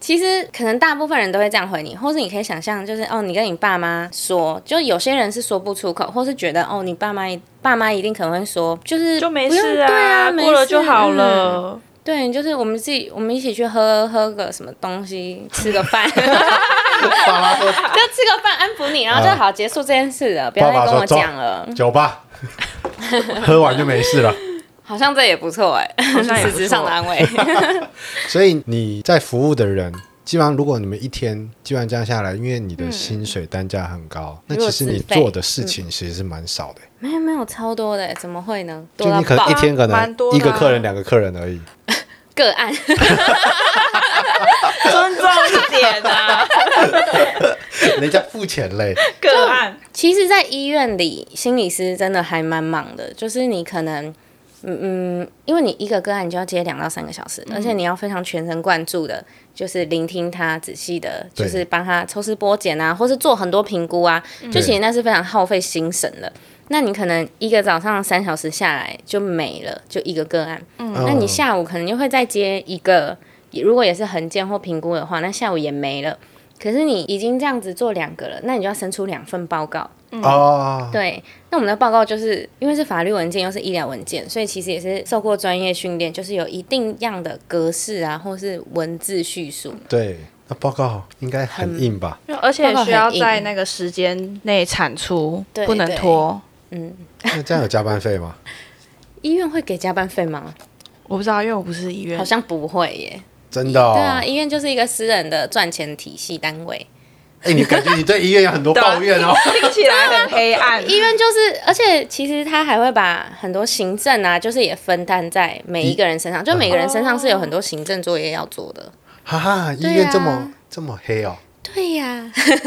Speaker 1: 其实可能大部分人都会这样回你，或是你可以想象，就是哦，你跟你爸妈说，就有些人是说不出口，或是觉得哦，你爸妈爸妈一定可能会说，就是
Speaker 3: 就没
Speaker 1: 不用
Speaker 3: 事
Speaker 1: 对啊，没
Speaker 3: 过了就
Speaker 1: 事
Speaker 3: 好。
Speaker 1: 嗯
Speaker 3: 了。
Speaker 1: 对，就是我们自己，我们一起去喝喝个什么东西，吃个饭， 就
Speaker 2: 爸妈说
Speaker 1: 吃个饭安抚你，然后就好结束这件事了，不要
Speaker 2: 爸爸
Speaker 1: 再跟我
Speaker 2: 说走
Speaker 1: 讲了，
Speaker 2: 酒吧，喝完就没事了。
Speaker 1: 好像这也不错哎、
Speaker 3: 好像也 不
Speaker 1: 实质上的
Speaker 3: 错
Speaker 1: 安慰。
Speaker 2: 所以你在服务的人，基本上如果你们一天基本上这样下来，因为你的薪水单价很高，那其实你做的事情其实是蛮少的、
Speaker 1: 没有没有，超多的欸，怎么会呢？多
Speaker 2: 就
Speaker 1: 到
Speaker 2: 你可
Speaker 1: 爆
Speaker 2: 能一天可能
Speaker 3: 蛮多的啊
Speaker 2: 一个客人、两个客人而已。
Speaker 1: 个案。
Speaker 3: 尊重一点啊，
Speaker 2: 人家付钱嘞，
Speaker 3: 个案
Speaker 1: 其实，在医院里，心理师真的还蛮忙的，就是你可能，嗯嗯，因为你一个个案你就要接两到三个小时，而且你要非常全神贯注的，就是聆听他，仔细的，
Speaker 2: 对
Speaker 1: 就是帮他抽丝剥茧啊，或是做很多评估啊，就其实那是非常耗费心神的。那你可能一个早上三小时下来就没了，就一个个案。那你下午可能就会再接一个，如果也是横件或评估的话，那下午也没了。可是你已经这样子做两个了，那你就要生出两份报告。
Speaker 2: 哦，
Speaker 1: 对，那我们的报告就是因为是法律文件又是医疗文件，所以其实也是受过专业训练，就是有一定样的格式啊，或是文字叙述。
Speaker 2: 对。那报告应该很硬吧？
Speaker 3: 因为而且
Speaker 1: 报告
Speaker 3: 需要
Speaker 1: 很硬
Speaker 3: 在那个时间内产出，
Speaker 1: 对
Speaker 3: 不能
Speaker 1: 对
Speaker 3: 拖。
Speaker 2: 那这样有加班费吗？
Speaker 1: 嗯医院会给加班费吗？
Speaker 3: 我不知道，因为我不是医院，
Speaker 1: 好像不会耶。
Speaker 2: 真的、哦？
Speaker 1: 对啊，医院就是一个私人的赚钱体系单位。
Speaker 2: 哎、你感觉你对医院有很多抱怨哦。
Speaker 3: 听起来很黑 暗。
Speaker 1: 医院就是，而且其实他还会把很多行政啊，就是也分担在每一个人身上，就每个人身上是有很多行政作业要做的。
Speaker 2: 哈哈，医
Speaker 1: 对啊
Speaker 2: 院这么、这么黑哦。
Speaker 1: 对呀、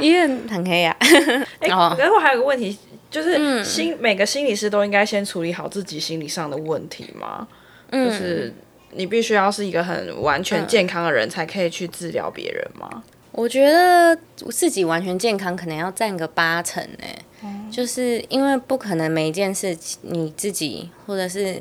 Speaker 1: 医院很黑呀、哦
Speaker 3: 哎可是我还有个问题，就是心每个心理师都应该先处理好自己心理上的问题吗？
Speaker 1: 嗯
Speaker 3: 就是你必须要是一个很完全健康的人，才可以去治疗别人吗？
Speaker 1: 我觉得我自己完全健康，可能要占个八成哎、就是因为不可能每一件事情你自己，或者是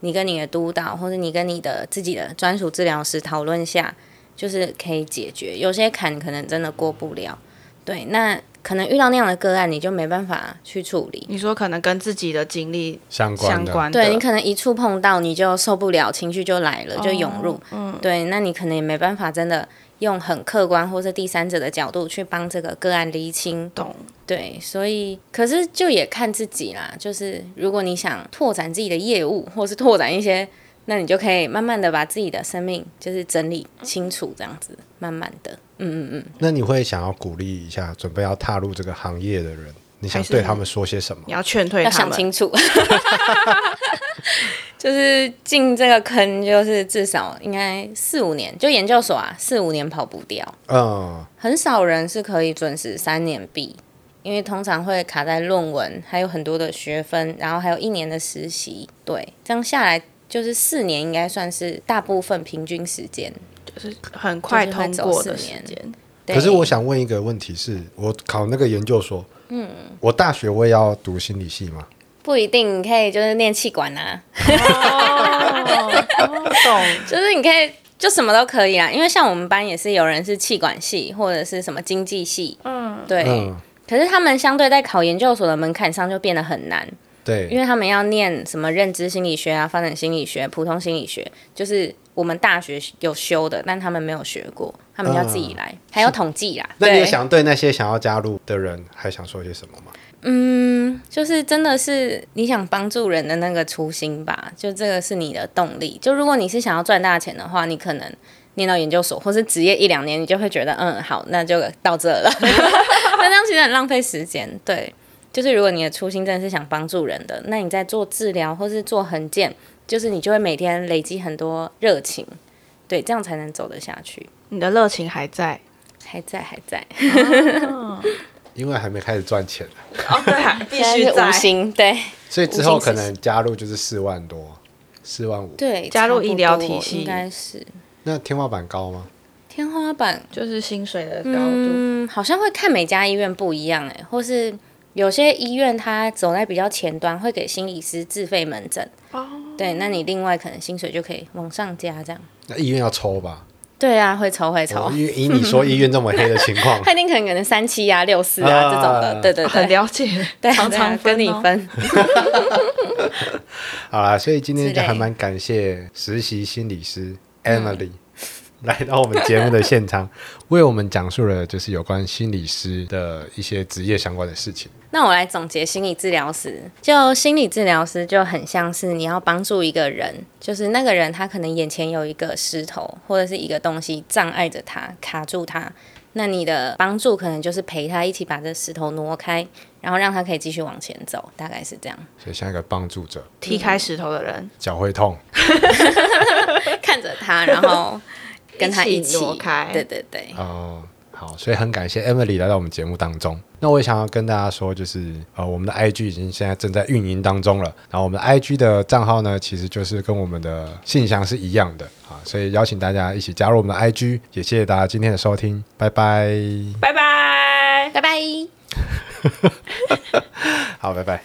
Speaker 1: 你跟你的督导，或者你跟你的自己的专属治疗师讨论下，就是可以解决。有些坎可能真的过不了，对，那可能遇到那样的个案，你就没办法去处理。
Speaker 3: 你说可能跟自己的经历
Speaker 2: 相关
Speaker 3: 相
Speaker 2: 的
Speaker 3: 关
Speaker 1: 嗯
Speaker 3: 的，
Speaker 1: 对你可能一触碰到，你就受不了，情绪就来了，就涌入。
Speaker 3: 嗯
Speaker 1: 对，那你可能也没办法真的用很客观或是第三者的角度去帮这个个案厘清。
Speaker 3: 懂。
Speaker 1: 对，所以可是就也看自己啦，就是如果你想拓展自己的业务，或是拓展一些，那你就可以慢慢的把自己的生命就是整理清楚，这样子，慢慢的。
Speaker 2: 那你会想要鼓励一下准备要踏入这个行业的人，你想
Speaker 3: 还是
Speaker 2: 对他们说些什么
Speaker 3: 你？要劝退
Speaker 1: 要
Speaker 3: 他
Speaker 1: 想
Speaker 3: 们，
Speaker 1: 清楚， 就是进这个坑，就是至少应该四五年，就研究所啊，四五年跑不掉，
Speaker 2: 嗯，
Speaker 1: 很少人是可以准时三年毕，因为通常会卡在论文，还有很多的学分，然后还有一年的实习，对，这样下来。就是四年应该算是大部分平均时间，
Speaker 3: 就是很快
Speaker 1: 就是会
Speaker 3: 通
Speaker 1: 走
Speaker 3: 过
Speaker 1: 四
Speaker 3: 的时
Speaker 1: 年
Speaker 3: 间。
Speaker 1: 对
Speaker 2: 可是我想问一个问题是，我考那个研究所，嗯，我大学我也要读心理系吗？
Speaker 1: 不一定，你可以就是念气管啊，
Speaker 3: 哦， 懂。
Speaker 1: 就是你可以就什么都可以啦，因为像我们班也是有人是气管系或者是什么经济系，
Speaker 3: 嗯，
Speaker 1: 对。
Speaker 2: 嗯，
Speaker 1: 可是他们相对在考研究所的门槛上就变得很难，因
Speaker 2: 对，
Speaker 1: 为他们要念什么认知心理学啊、发展心理学、普通心理学，就是我们大学有修的，但他们没有学过，他们就要自己来，还有统计啦。
Speaker 2: 嗯那你有
Speaker 1: 对，
Speaker 2: 想对那些想要加入的人还想说些什么吗？
Speaker 1: 嗯，就是真的是你想帮助人的那个初心吧，就这个是你的动力。就如果你是想要赚大钱的话，你可能念到研究所或是职业一两年，你就会觉得嗯好，那就到这了。 那这样其实很浪费时间。对，就是如果你的初心真的是想帮助人的，那你在做治疗或是做横件，就是你就会每天累积很多热情，对，这样才能走得下去。
Speaker 3: 你的热情还在。
Speaker 1: 还在，还在，
Speaker 2: 因为还没开始赚钱，
Speaker 3: 哦，对啊，必
Speaker 1: 现在
Speaker 3: 须
Speaker 1: 是
Speaker 3: 在
Speaker 1: 无心，对
Speaker 2: 所以之后
Speaker 1: 无心
Speaker 2: 可
Speaker 1: 之
Speaker 2: 能加入就是四万多，四万五，
Speaker 1: 对，
Speaker 3: 加入
Speaker 1: 差不
Speaker 3: 医疗
Speaker 1: 多
Speaker 3: 体系
Speaker 1: 应该是
Speaker 2: 那天花板高吗？
Speaker 1: 天花板
Speaker 3: 就是薪水的高度。
Speaker 1: 嗯，好像会看每家医院不一样哎、或是有些医院它走在比较前端，会给心理师自费门诊。
Speaker 3: 哦，
Speaker 1: 对，那你另外可能薪水就可以往上加这样。
Speaker 2: 那医院要抽吧？
Speaker 1: 对啊，会抽会抽，
Speaker 2: 哦因为以你说医院这么黑的情
Speaker 1: ，
Speaker 2: 况
Speaker 1: 他一定可能可能三七啊、六四啊这种
Speaker 2: 啊
Speaker 1: 的。对对
Speaker 3: 嗯很
Speaker 1: 对，
Speaker 3: 了解，
Speaker 1: 对啊
Speaker 3: 常
Speaker 1: 对啊
Speaker 3: 常
Speaker 1: 跟你
Speaker 3: 哦。
Speaker 1: 分。
Speaker 2: 好啦，所以今天
Speaker 1: 之
Speaker 2: 就
Speaker 1: 类嗯
Speaker 2: 还蛮感谢实习心理师 Emily、来 到我们节目的现场，为我们讲述了就是有关心理师的一些职业相关的事情。
Speaker 1: 那我来总结心理治疗师，就心理治疗师就很像是你要帮助一个人，就是那个人他可能眼前有一个石头或者是一个东西障碍着他，卡住他。那你的帮助可能就是陪他一起把这石头挪开，然后让他可以继续往前走，大概是这样。
Speaker 2: 所以像一个帮助者，
Speaker 3: 踢开石头的人，
Speaker 2: 脚会痛，
Speaker 1: 看着他，然后跟他
Speaker 3: 一
Speaker 1: 一
Speaker 3: 起
Speaker 1: 起
Speaker 3: 挪开
Speaker 1: 对对对，
Speaker 2: 哦、好，所以很感谢 Emily 来到我们节目当中。那我也想要跟大家说，就是呃，我们的 IG 已经现在正在运营当中了。然后我们的 IG 的账号呢，其实就是跟我们的信箱是一样的啊，所以邀请大家一起加入我们的 IG。也谢谢大家今天的收听，拜拜。
Speaker 3: 拜拜。
Speaker 1: 拜拜。
Speaker 2: 好，拜拜。